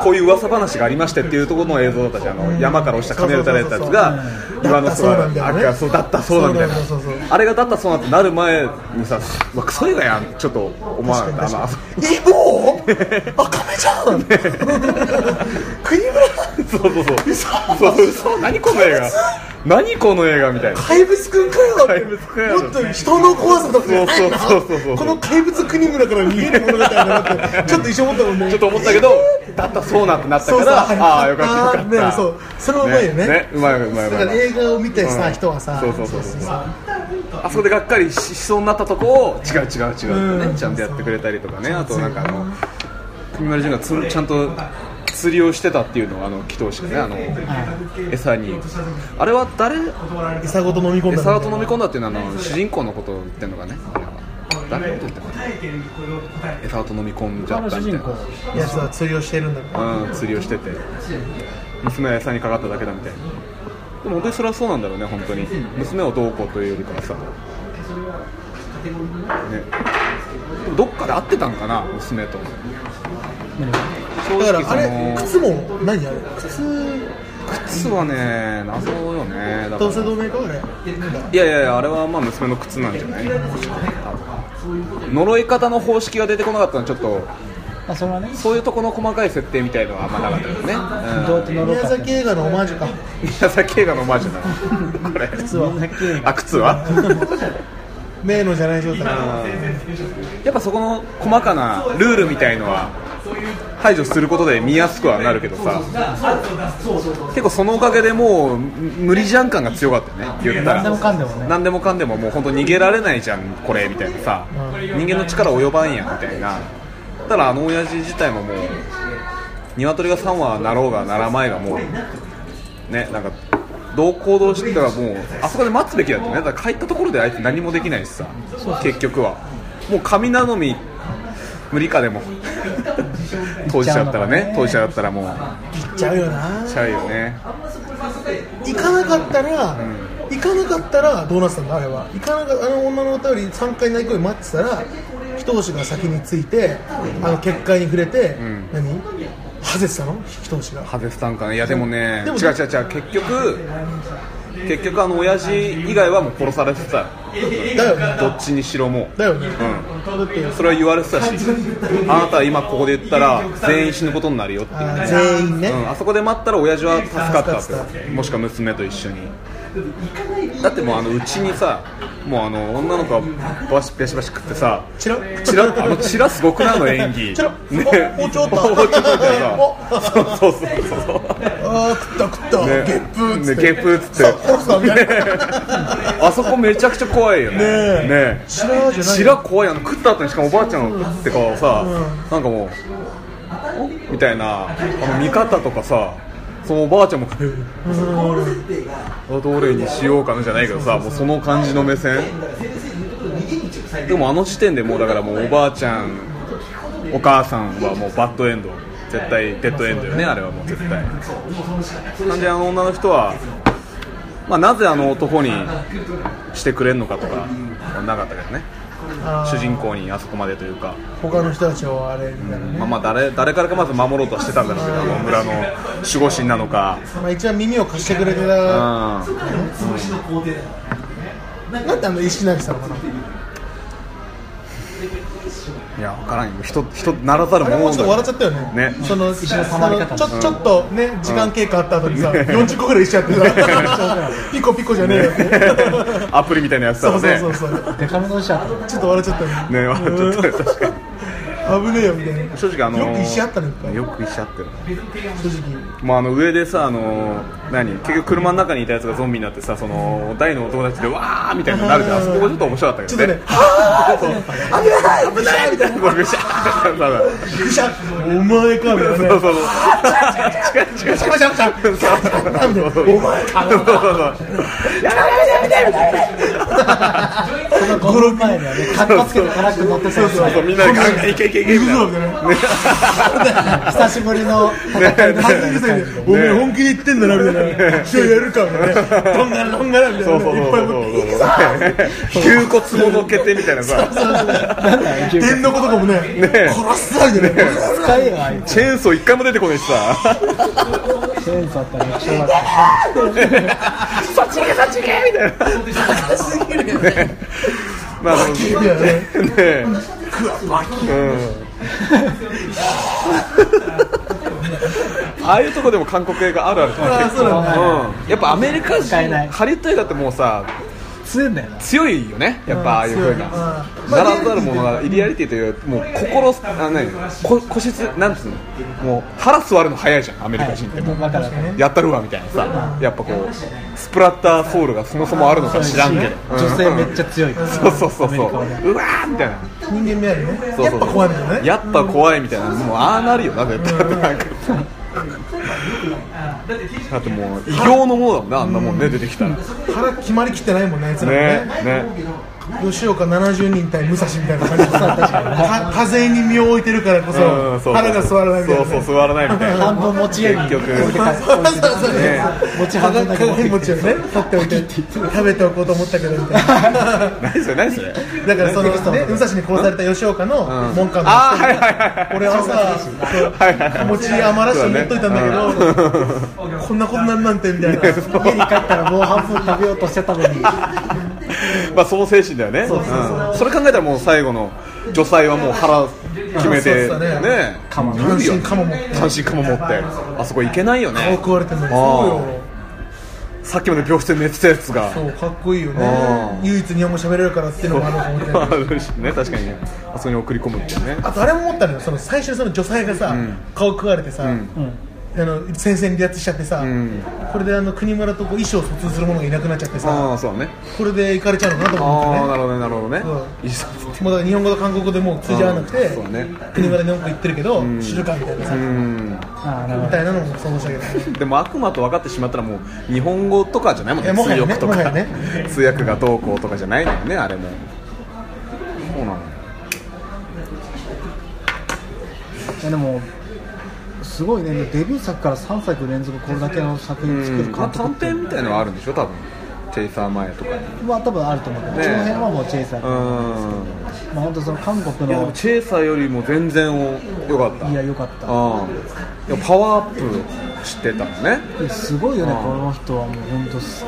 Speaker 1: こういう噂話がありましてっていうところの映像だったじゃんあの山から落ちた金を打たれたやつが
Speaker 3: そう
Speaker 1: 岩の空
Speaker 3: だったそうなんだよね
Speaker 1: あそうだったそうだみたいな
Speaker 3: そうそうそうそう
Speaker 1: あれがだったそうなんてなる前にさうわクソ映画やんちょっと思わなかったあの
Speaker 3: イボー赤目じゃん国村
Speaker 1: そうそうそう。嘘そう嘘何この映画。何この映画みたいな。
Speaker 3: 怪物くんかよ
Speaker 1: 怪物くんやろ
Speaker 3: もっと人の怖さとかね
Speaker 1: そうそうそうそう
Speaker 3: この怪物国村から逃げる物語だなってちょっと一瞬思ったもんね
Speaker 1: ちょっと思ったけど、だったらそうなってなった
Speaker 3: そう
Speaker 1: か
Speaker 3: そう
Speaker 1: ら、ああよかったよかった。
Speaker 3: ねそうそれはうまいよね
Speaker 1: うまいうまいうま
Speaker 3: だか
Speaker 1: い。
Speaker 3: ら映画を見てさ、
Speaker 1: うん
Speaker 3: 人はさ
Speaker 1: そうそうそうそうあそこでがっかりししそうになったとこを違う違う違うってね、
Speaker 3: うん
Speaker 1: ちゃんとやってくれたりとかねあとなんかあの国丸淳がつちゃんと釣りをしてたっていうのをあの祈祷してねあの餌にあれは誰
Speaker 3: 餌ごと飲み込んだ
Speaker 1: 餌ごと飲み込んだっていうのはあの主人公のことを言ってるのかね誰のこと言ってんのかな餌ごと飲み込んじゃったみたい
Speaker 2: 他の主人
Speaker 3: やつは釣りをしてるんだけど
Speaker 1: な、うん、釣りをしてて娘は餌にかかっただけだみたいなでも本当にそれはそうなんだろうね本当に娘をどうこうというよりかはさねでもどっかで会ってたんかな娘と
Speaker 3: だから
Speaker 1: 正直
Speaker 3: あれ
Speaker 1: その
Speaker 3: 靴も何あれ靴
Speaker 1: 靴はね謎よねだか
Speaker 3: 同姓
Speaker 1: ら
Speaker 3: 同名かあれ
Speaker 1: いやいやいやあれはまあ娘の靴なんじゃない呪い方の方式が出てこなかったのはちょっと
Speaker 2: まあ、それはね、
Speaker 1: そういうとこの細かい設定みたいのはあんまなかったよね、
Speaker 2: どうやって乗ろう
Speaker 3: 宮
Speaker 2: かって
Speaker 3: 崎映画のオマージュか
Speaker 1: 宮崎映画のオマージュなのこれ靴
Speaker 2: 宮崎映画
Speaker 1: あ靴は
Speaker 3: 名のじゃない状態
Speaker 1: やっぱそこの細かなルールみたいのは排除することで見やすくはなるけどさ結構そのおかげでもう無理じゃん感が強かったよね言ったら
Speaker 2: 何でもかんでもね
Speaker 1: 何でもかんでももう本当逃げられないじゃんこれみたいなさ、人間の力及ばんやみたいなただあの親父自体ももう鶏が3羽なろうがならまいがもうねなんかどう行動してたらもうあそこで待つべきだったねだから帰ったところであいつ何もできないしさ結局はもう神頼み無理か でも当事者だったらね当事者だったらもう
Speaker 3: 行っちゃうよな
Speaker 1: ちゃうよね
Speaker 3: 行かなかったら、行かなかったらどうなってたんだあれは行かなかあの女のお便り3回泣い声待ってたら祈祷師が先についてあの結界に触れて、
Speaker 1: ん
Speaker 3: 何ハゼてたの祈祷師が
Speaker 1: ハゼスタンかねいやでもね
Speaker 3: でも
Speaker 1: 違う違う違う結局結局あの親父以外はもう殺されてた
Speaker 3: だよね
Speaker 1: どっちにしろも
Speaker 3: だよね、
Speaker 1: う
Speaker 3: だって
Speaker 1: それは言われてたしあなたは今ここで言ったら全員死ぬことになるよっていう、
Speaker 3: あー全員ね、
Speaker 1: うん、あそこで待ったら親父は助かった
Speaker 3: 助かっ
Speaker 1: ってもしくは娘と一緒にだってもうあのうちにさもうあの女の子がバシバシバシ食ってさ
Speaker 3: チラ
Speaker 1: チラあのチラすごくなの演技
Speaker 3: チラ
Speaker 1: ね
Speaker 3: お包丁と
Speaker 1: お包丁とかさそうそうそうそう
Speaker 3: あー食った食った、
Speaker 1: ね
Speaker 3: ゲップーっつっ
Speaker 1: ね
Speaker 3: て、
Speaker 1: ゲップっつって
Speaker 3: 殺すなみたいな、
Speaker 1: あそこめちゃくちゃ怖いよねねえ
Speaker 3: 知らないじゃない
Speaker 1: 白怖いあの食った後にしかもおばあちゃんの食って顔さ、なんかもうおみたいなあの見方とかさそのおばあちゃんもえあどれにしようかなじゃないけどさもうその感じの目線でもあの時点でもうだからもうおばあちゃんお母さんはもうバッドエンド絶対デッドエンドよねあれはもう絶対なんであの女の人は、まあ、なぜあの男にしてくれんのかとかはなかったけどね
Speaker 3: あー
Speaker 1: 主人公にあそこまでというか、
Speaker 3: 他の人たちをあれみたいなね、
Speaker 1: まあ、まあ誰誰からかまず守ろうとはしてたんだろうけど、あの村の守護神なのか、
Speaker 3: まあ、一番耳を貸してくれて
Speaker 1: う
Speaker 3: た、
Speaker 1: ん、
Speaker 3: なんであの石成さんかない
Speaker 1: や、分からんよ、人人ならざる
Speaker 3: あれも
Speaker 1: も
Speaker 3: ちょ
Speaker 1: の
Speaker 3: っ
Speaker 1: だ
Speaker 3: と笑っちゃったよね
Speaker 1: ね
Speaker 3: その
Speaker 2: 石の溜まり方
Speaker 3: そのちょちょっとね時間経過あった後にさ、40個ぐらい石やってさピコピコじゃねえよって
Speaker 1: アプリみたいなやつだ
Speaker 3: そ
Speaker 1: も
Speaker 3: う
Speaker 1: ね
Speaker 3: そうそうそう
Speaker 2: デカめの医者と
Speaker 3: ちょっと笑っちゃったよね
Speaker 1: ね、笑っちゃったよ確かに
Speaker 3: 危ねえよみたいな
Speaker 1: 正直あの
Speaker 3: よく石あったねいっぱい
Speaker 1: よく石あってる
Speaker 3: 正直
Speaker 1: まあ、あの上でさあの何結局車の中にいたやつがゾンビになってさその大のお友達でわーみたいになるじゃんそこがちょっと面白かったけどねはー危ない危ないみたいなこれシャーってなる
Speaker 3: 石あったお前かみたいな
Speaker 1: そ
Speaker 3: ね
Speaker 1: うそうそう違う違う違う
Speaker 3: シャカシャカシャカ
Speaker 1: そうそうお前かそうそうそうやばい
Speaker 2: その5分前にはね、かっこつけて辛く乗ってたやつ
Speaker 1: そうそうみんなでガンガンいけいけいけみたいな
Speaker 3: 行くぞみたいな
Speaker 2: 久しぶりの戦いで
Speaker 3: 恥ずかしいお前本気で言ってんだなみたいな今日やるかみたいなどんがらどんがらみた
Speaker 1: そ
Speaker 3: いうな
Speaker 1: そう
Speaker 3: い
Speaker 1: そ
Speaker 3: っ
Speaker 1: う
Speaker 3: ぱ
Speaker 1: そ
Speaker 3: い持って
Speaker 1: うそう急骨ものけてみたいなさ
Speaker 3: 天のことかもね殺すぞみたいな
Speaker 2: 使えよ、あいつ。
Speaker 1: チェーンソー一回も出てこないしさ
Speaker 2: チェーンソーあったら楽勝だった。
Speaker 1: まああの
Speaker 3: いやね
Speaker 1: ねうん、 ああいうとこでも韓国映画あるある
Speaker 3: あそうなんだ
Speaker 1: うん、やっぱアメリカ人
Speaker 2: 使えない
Speaker 1: ハリウッド映画ってもうさ
Speaker 2: 強いんだよな。
Speaker 1: 強いよねやっぱああいうふうな
Speaker 3: うん
Speaker 1: ならざるものがイリアリティというよりもう心あ何こ個室なんつうのもう腹座るの早いじゃんアメリカ人って、
Speaker 2: わかるわかる。
Speaker 1: やったるわみたいなさやっぱこうスプラッターソウルがそもそもあるのか知らんけど
Speaker 2: 女性めっちゃ強い。
Speaker 1: そうそうそうそう
Speaker 2: アメリカはね
Speaker 1: うわーみたいな
Speaker 3: 人間味あるね
Speaker 1: そう
Speaker 3: や
Speaker 1: そ
Speaker 3: っ
Speaker 1: う
Speaker 3: ぱ怖いんだよね
Speaker 1: やっぱ怖いみたいなもうああなるよな絶対なんかだってもう異形のものだもんなあんなもんね出てきたらね
Speaker 3: 腹決まりきってないもんねあいつらもね
Speaker 1: ね
Speaker 3: 吉岡70人対武蔵みたいな感じで
Speaker 2: そう確かに
Speaker 3: た多勢に身を置いてるからこそ
Speaker 1: うんそう
Speaker 3: 腹が座らないみたいな
Speaker 1: そうそう座らないみたいな
Speaker 2: 半分持ち家に
Speaker 1: 結局
Speaker 2: 置いてか
Speaker 3: そうそうそう
Speaker 1: ね
Speaker 2: 持ち運んだけど
Speaker 3: 鏡餅をね取っておいて食べておこうと思ったけどみたいな
Speaker 1: 何それ何それ
Speaker 3: だからそのね武蔵に殺された吉岡の門下の
Speaker 1: ああはいはいはい
Speaker 3: 俺はさ
Speaker 1: はいはい
Speaker 3: そう餅余らして持っといたんだけどこんなことなんなんてみたいな
Speaker 2: 家に帰ったらもう半分食べようとしてたのに。
Speaker 1: まあその精神だよね
Speaker 3: そうそうそう
Speaker 1: うんそれ考えたらもう最後の女才はもう腹決めて
Speaker 3: そうそうそう
Speaker 1: ね
Speaker 2: カモ
Speaker 3: 単身カモも
Speaker 1: 単身かも持ってあそこ行けないよ
Speaker 3: 顔
Speaker 1: ね
Speaker 3: 食われてんのに
Speaker 1: あー
Speaker 3: そうよ
Speaker 1: さっきまで病室で寝てたやつが
Speaker 3: そうかっこいいよ
Speaker 1: あ
Speaker 3: ね
Speaker 1: ー
Speaker 3: 唯一日本語喋れるからっていうのもあると思って
Speaker 1: あるし ね確かにねあそこに送り込むっていうね
Speaker 3: あとあれも思ったのよその最初にその女性がさ、顔食われてさ、あの先生に離脱しちゃってさ、
Speaker 1: ん
Speaker 3: これであの国村とこう衣装を疎通する者がいなくなっちゃって
Speaker 1: あ
Speaker 3: さ
Speaker 1: あそうだね
Speaker 3: これで行かれちゃうのかなと
Speaker 1: ああ
Speaker 3: 思っ
Speaker 1: なる
Speaker 3: てね
Speaker 1: ほどねなるほどね
Speaker 3: う
Speaker 1: いいっすね
Speaker 3: もうだから日本語と韓国語でもう通じ合わなくて、
Speaker 1: うんそうね
Speaker 3: 国村で文句言ってるけど、知るかみたいなさ、
Speaker 1: うん
Speaker 2: ああ、なる
Speaker 3: み
Speaker 2: ほど。
Speaker 3: たいなのも想像したけどね
Speaker 1: でも悪魔と分かってしまったらもう日本語とかじゃないもん
Speaker 3: いや
Speaker 1: ね
Speaker 3: もは
Speaker 1: 通
Speaker 3: やね
Speaker 1: 訳と
Speaker 3: もは
Speaker 1: か
Speaker 3: やね
Speaker 1: 通訳がどうこうとかじゃないのよねあれもそうなのよ
Speaker 2: いやでも、すごいね、デビュー作から3作連続これだけの作品作る
Speaker 1: うんまあ
Speaker 2: 監督
Speaker 1: 短
Speaker 2: って
Speaker 1: 編みたいのはあるんでしょ多分チェイサー前とかに
Speaker 2: は多分あると思うけど、
Speaker 1: ね
Speaker 2: 長編はもうチェイサー
Speaker 1: う
Speaker 2: だ
Speaker 1: ん
Speaker 2: けど、まあ本当その韓国
Speaker 1: いやで
Speaker 2: の
Speaker 1: も、チェイサーよりも全然良かった
Speaker 2: いや、良かった。
Speaker 1: うんいやパワーアップしてたのね
Speaker 2: いやすごいよね、
Speaker 1: うん
Speaker 2: この人はもう本当す、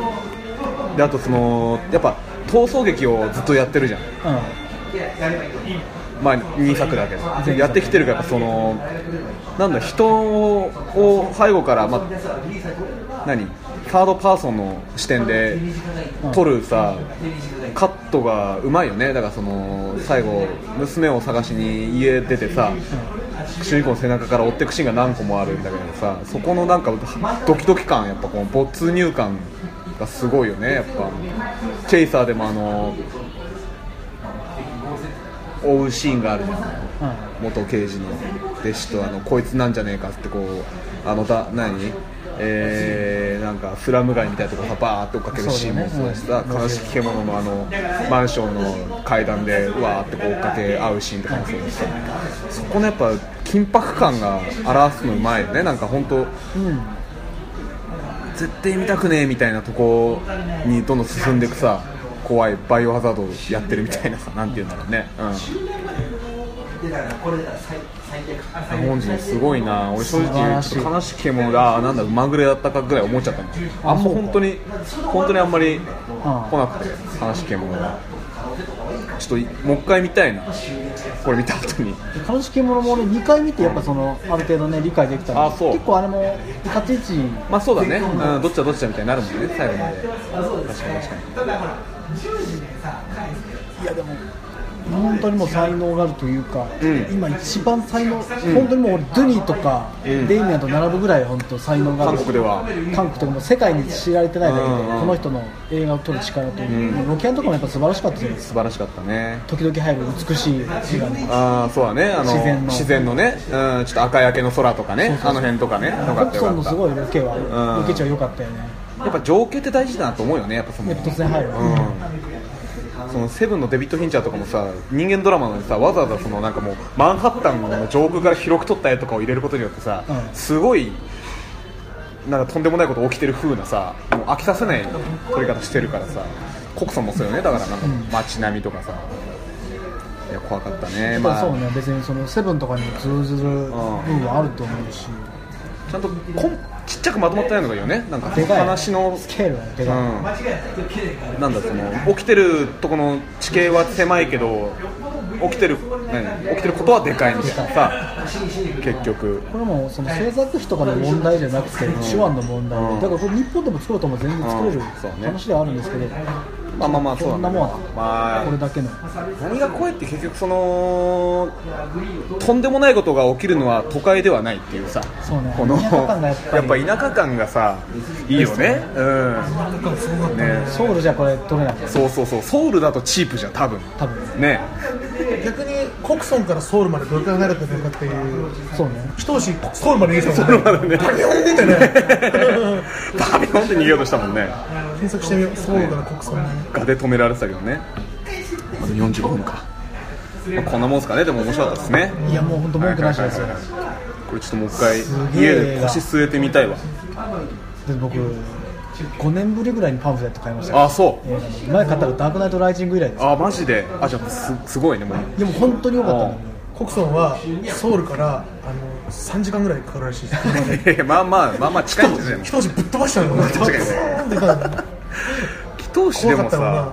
Speaker 2: うん、
Speaker 1: であとそのやっぱ逃走劇をずっとやってるじゃんまあ2作だけどやってきてるからそのなんだ人を背後から、まあ、何サードパーソンの視点で撮るさカットがうまいよねだからその最後娘を探しに家出てさ主人公の背中から追ってくシーンが何個もあるんだけどさそこのなんかドキドキ感やっぱこの没入感がすごいよねやっぱチェイサーでもあの追うシーンがあるじゃん
Speaker 2: う
Speaker 1: 元刑事の弟子とあのこいつなんじゃねえかってこうあのだ何えー、なんかスラム街みたいなところバーって追っかけるシーンもそうだしさ、悲しき獣のあのマンションの階段でうわーってこう追っかけ合うシーンとかもそうだしさそこのやっぱ緊迫感が表すのうまいよねなんか本当
Speaker 2: ん、うん、
Speaker 1: 絶対見たくねえみたいなとこにどんどん進んでいくさ怖いバイオハザードやってるみたいなさなんて言うんだろうね、うん、日本人すごいな俺正直ちょっと悲しき獣だあなんだまぐれだったかぐらい思っちゃったもんあんま本当に本当にあんまり来なくて悲しき獣がちょっといもう一回見たいなこれ見た後に
Speaker 2: 監視系ものも俺2回見てやっぱそのある程度ね理解できた
Speaker 1: あ
Speaker 2: ので
Speaker 1: そう
Speaker 2: 結構あれも立ち位置
Speaker 1: まあそうだね、うん、どっちだどっちだみたいになるもんね最後まで確かに確かに
Speaker 2: いやでも本当にもう才能があるというか、
Speaker 1: ん
Speaker 2: 今一番才能、本当にもう俺ドゥニーとか、
Speaker 1: ん
Speaker 2: デイミアンと並ぶぐらい本当才能がある
Speaker 1: 韓国では
Speaker 2: 韓国とかもう世界に知られてないだけで、
Speaker 1: うんうん
Speaker 2: この人の映画を撮る力と、
Speaker 1: ん
Speaker 2: ロキャンとかもやっぱ素晴らしかったじゃないですか
Speaker 1: 素晴らしかったね
Speaker 2: 時々入る美しい映画に
Speaker 1: ああそうだねあの
Speaker 2: 自然の
Speaker 1: 自然のね、うん、ちょっと赤焼けの空とかねあの辺とかねよか
Speaker 2: コ
Speaker 1: っ
Speaker 2: ク
Speaker 1: た
Speaker 2: ソン
Speaker 1: よ
Speaker 2: の
Speaker 1: か
Speaker 2: す
Speaker 1: っ
Speaker 2: ごいロケは、
Speaker 1: うん
Speaker 2: ロケ地は良かったよね
Speaker 1: たやっぱ情景って大事だなと思うよねやっぱその
Speaker 2: やっぱ突然入る
Speaker 1: うんそのセブンのデビッド・フィンチャーとかもさ人間ドラマのさわざわざそのなんかもうマンハッタンの上空から広く撮った絵とかを入れることによってさ、
Speaker 2: うん
Speaker 1: すごいなんかとんでもないこと起きてる風なさもう飽きさせない撮り方してるからさコクさんもそうよねだからなんか街並みとかさいや怖かったね、
Speaker 2: ま
Speaker 1: まあ
Speaker 2: そうね別にそのセブンとかにも通ずる部分はあると思うし、
Speaker 1: ちゃんとこんちっちゃくまとまってないのがいいよねなんか
Speaker 2: でかい
Speaker 1: 話の
Speaker 2: スケールがで
Speaker 1: う
Speaker 2: かい、
Speaker 1: ん、なんだその起きてるとこの地形は狭いけど起きてる何起きてることはでかいみたいなさ結局
Speaker 2: これもその制作費とかの問題じゃなくて手腕の問題で、
Speaker 1: うん
Speaker 2: だからこれ日本でも作ろうとも全然作れる
Speaker 1: うんそうね
Speaker 2: 話ではあるんですけど、
Speaker 1: まあまあまあそう
Speaker 2: こ
Speaker 1: なんん
Speaker 2: な
Speaker 1: だけど
Speaker 2: もんは、
Speaker 1: まあ
Speaker 2: これだけの
Speaker 1: 何が怖いって結局そのとんでもないことが起きるのは都会ではないっていうさ
Speaker 2: そうね
Speaker 1: この
Speaker 2: 田舎感がやっぱり
Speaker 1: やっぱ田舎感がさいいよねうんね
Speaker 2: ソウルじゃこれ取れないです
Speaker 1: そうそうそうソウルだとチープじゃん多分
Speaker 2: 多分
Speaker 1: ね
Speaker 3: 逆にコクソンからソウルまでどれくらい離れてるのかっていう
Speaker 2: そうね
Speaker 3: 一押しソウルまで行きたもんね
Speaker 1: ねパビョンってねパビョンって逃げようとしたもんね
Speaker 3: 検索してみようソウルからコクソンまで
Speaker 1: がで止められてたけどねまだ45分か、まあ、こんなもんすかねでも面白かったですね
Speaker 2: いやもう本当文句なしですよ
Speaker 1: はいはいはいはいこれちょっともう一回
Speaker 2: げ
Speaker 1: 家
Speaker 2: え
Speaker 1: で腰据えてみたいわ
Speaker 2: で僕5年ぶりぐらいにパンフレット買いましたよ
Speaker 1: あそう
Speaker 2: 映画の前買ったのダークナイトライジング以来です
Speaker 1: あマジであじゃあすすごいねもう
Speaker 2: でも本当に良かったんだよ
Speaker 3: コクソンはソウルからあの3時間ぐらいかかるらしい です
Speaker 1: まあまあまあまあ近いんじゃない
Speaker 3: 一押しぶっ飛ばしたのよ
Speaker 1: 確かにね祈祷師で
Speaker 3: 怖か
Speaker 1: も
Speaker 3: ったもん
Speaker 1: さ
Speaker 3: な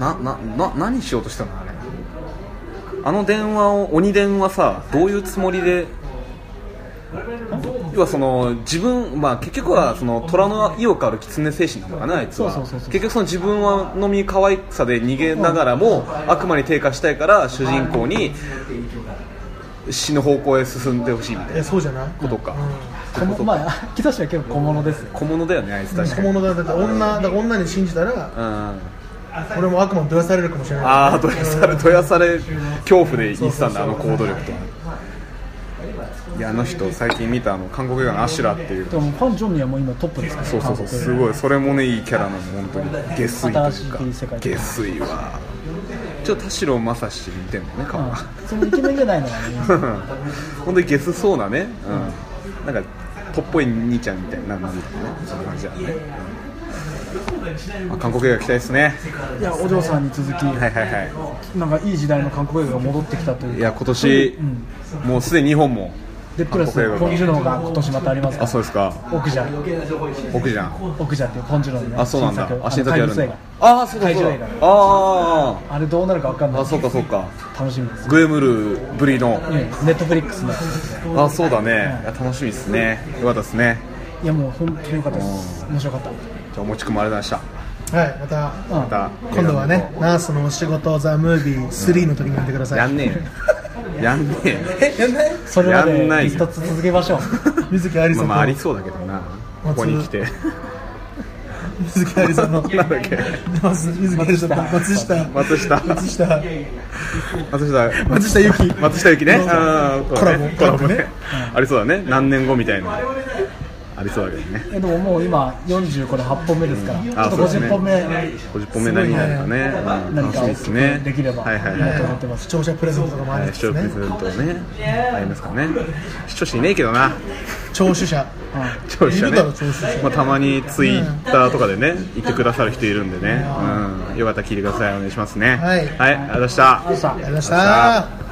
Speaker 1: ななな何しようとしたのあれあの電話を鬼電話さどういうつもりで要はその自分、まあ、結局はその虎の意を変わる狐精神なのかなあいつは
Speaker 2: そうそうそうそう
Speaker 1: 結局その自分はのみ可愛さで逃げながらも悪魔に低下したいから主人公に死の方向へ進んでほしいみたい
Speaker 3: え
Speaker 1: な
Speaker 3: そうじゃない
Speaker 1: ことか
Speaker 2: 小物まあ木しは結構小物ですよ
Speaker 1: 小物だよねあいつ確か
Speaker 3: 小
Speaker 1: に、うん、
Speaker 3: 物だだって女だから女に信じたら
Speaker 1: あ
Speaker 3: 俺も悪魔にどやされるかもしれない
Speaker 1: あどやされどやされ恐怖で言ってたんだあの行動力とはいやあの人最近見たあの韓国映画の「アシュラ」っていう
Speaker 2: でもファン・ジョンミンはもう今トップですから
Speaker 1: そうそうそう
Speaker 2: 韓
Speaker 1: す
Speaker 2: 国
Speaker 1: ごいそれもねいいキャラなの本当に下水と
Speaker 2: 新
Speaker 1: い
Speaker 2: し
Speaker 1: うか
Speaker 2: い世界
Speaker 1: 下水はちょっと田代正史に似てんのね顔が、
Speaker 2: うんそのイケメンじゃないのがね
Speaker 1: 本当にゲスそうなね、うん、なんかとっぽい兄ちゃんみたいな感じだねそういう感じだね、うんまあ韓国映画期待ですね
Speaker 2: いやお嬢さんに続き、
Speaker 1: はいはいは
Speaker 2: なんかいい時代の韓国映画が戻ってきたというか
Speaker 1: いいや今年、
Speaker 2: うん
Speaker 1: もうすでに日本も
Speaker 2: でプラス
Speaker 1: 韓国映画が
Speaker 2: ポン・ジュノーが今年またありますか
Speaker 1: あ
Speaker 2: ら
Speaker 1: そうですか
Speaker 2: 奥じゃん
Speaker 1: 奥じゃん
Speaker 2: 奥じゃんっていうポン・ジュノーのね
Speaker 1: あそうなんだ
Speaker 2: 新作
Speaker 1: あ新作やるん
Speaker 2: 怪
Speaker 1: だ
Speaker 2: 物映
Speaker 1: ああそうだそう
Speaker 2: 怪
Speaker 1: だ
Speaker 2: 獣映
Speaker 1: あ
Speaker 2: 画あれどうなるかわかん
Speaker 1: ー
Speaker 2: ない
Speaker 1: あそうかそうか
Speaker 2: 楽しみです
Speaker 1: グエムルぶりの
Speaker 2: ネットフリックスの
Speaker 1: あそうだね、いや楽しみですねよかったですね
Speaker 2: いやもう本当に良かったです面白かった
Speaker 1: じゃあおもちくんもありがとうございま
Speaker 3: はいまた
Speaker 2: うん
Speaker 1: したまた
Speaker 3: 今度はねナースのお仕事ザ・ムービー3の時にやってください
Speaker 1: やんねえよやんねえよ
Speaker 3: えやんない
Speaker 2: それま
Speaker 1: やんな
Speaker 2: で
Speaker 1: いよ
Speaker 2: 一つ続けま しょう
Speaker 3: 水木あり
Speaker 1: ま
Speaker 3: さ
Speaker 1: あ
Speaker 3: ん
Speaker 1: ま
Speaker 3: と、
Speaker 1: あありそうだけどなここに来て
Speaker 3: 水木あり さんの
Speaker 1: なんだっけ
Speaker 3: まず水木ありさんと松下
Speaker 1: 松下
Speaker 3: 松下
Speaker 1: 松下
Speaker 3: 松下由紀
Speaker 1: 松下由紀ねあー
Speaker 3: コラボ
Speaker 1: そうだねコラボ
Speaker 3: コラボね
Speaker 1: ね ありそうだね何年後みたいなありそうだけどね
Speaker 2: えでももう今40これ8本目ですから、ちょ
Speaker 1: あ
Speaker 2: っと
Speaker 1: そうですね
Speaker 2: 50本目
Speaker 1: 50本目何になるかねうん
Speaker 2: 何
Speaker 1: 楽しみ
Speaker 2: かを
Speaker 1: ですね
Speaker 2: できれば
Speaker 1: はいはい
Speaker 2: いな
Speaker 1: は
Speaker 2: と
Speaker 1: い
Speaker 2: 思ってます
Speaker 3: 視聴者プレゼントとかもあり
Speaker 1: えー
Speaker 3: ま
Speaker 1: 視
Speaker 3: す
Speaker 1: 聴プレ
Speaker 3: ね
Speaker 1: ゼントねありますからね視聴者いねえけどな
Speaker 3: 聴取者
Speaker 1: 視聴者
Speaker 3: いる
Speaker 1: ね
Speaker 3: だろ聴取者
Speaker 1: まあたまにツイッターとかでね言ってくださる人いるんでねうんよかったら聞いてくださいお願いしますね
Speaker 3: はい
Speaker 1: はいありがとうございました
Speaker 2: さあ
Speaker 3: ありがとうございました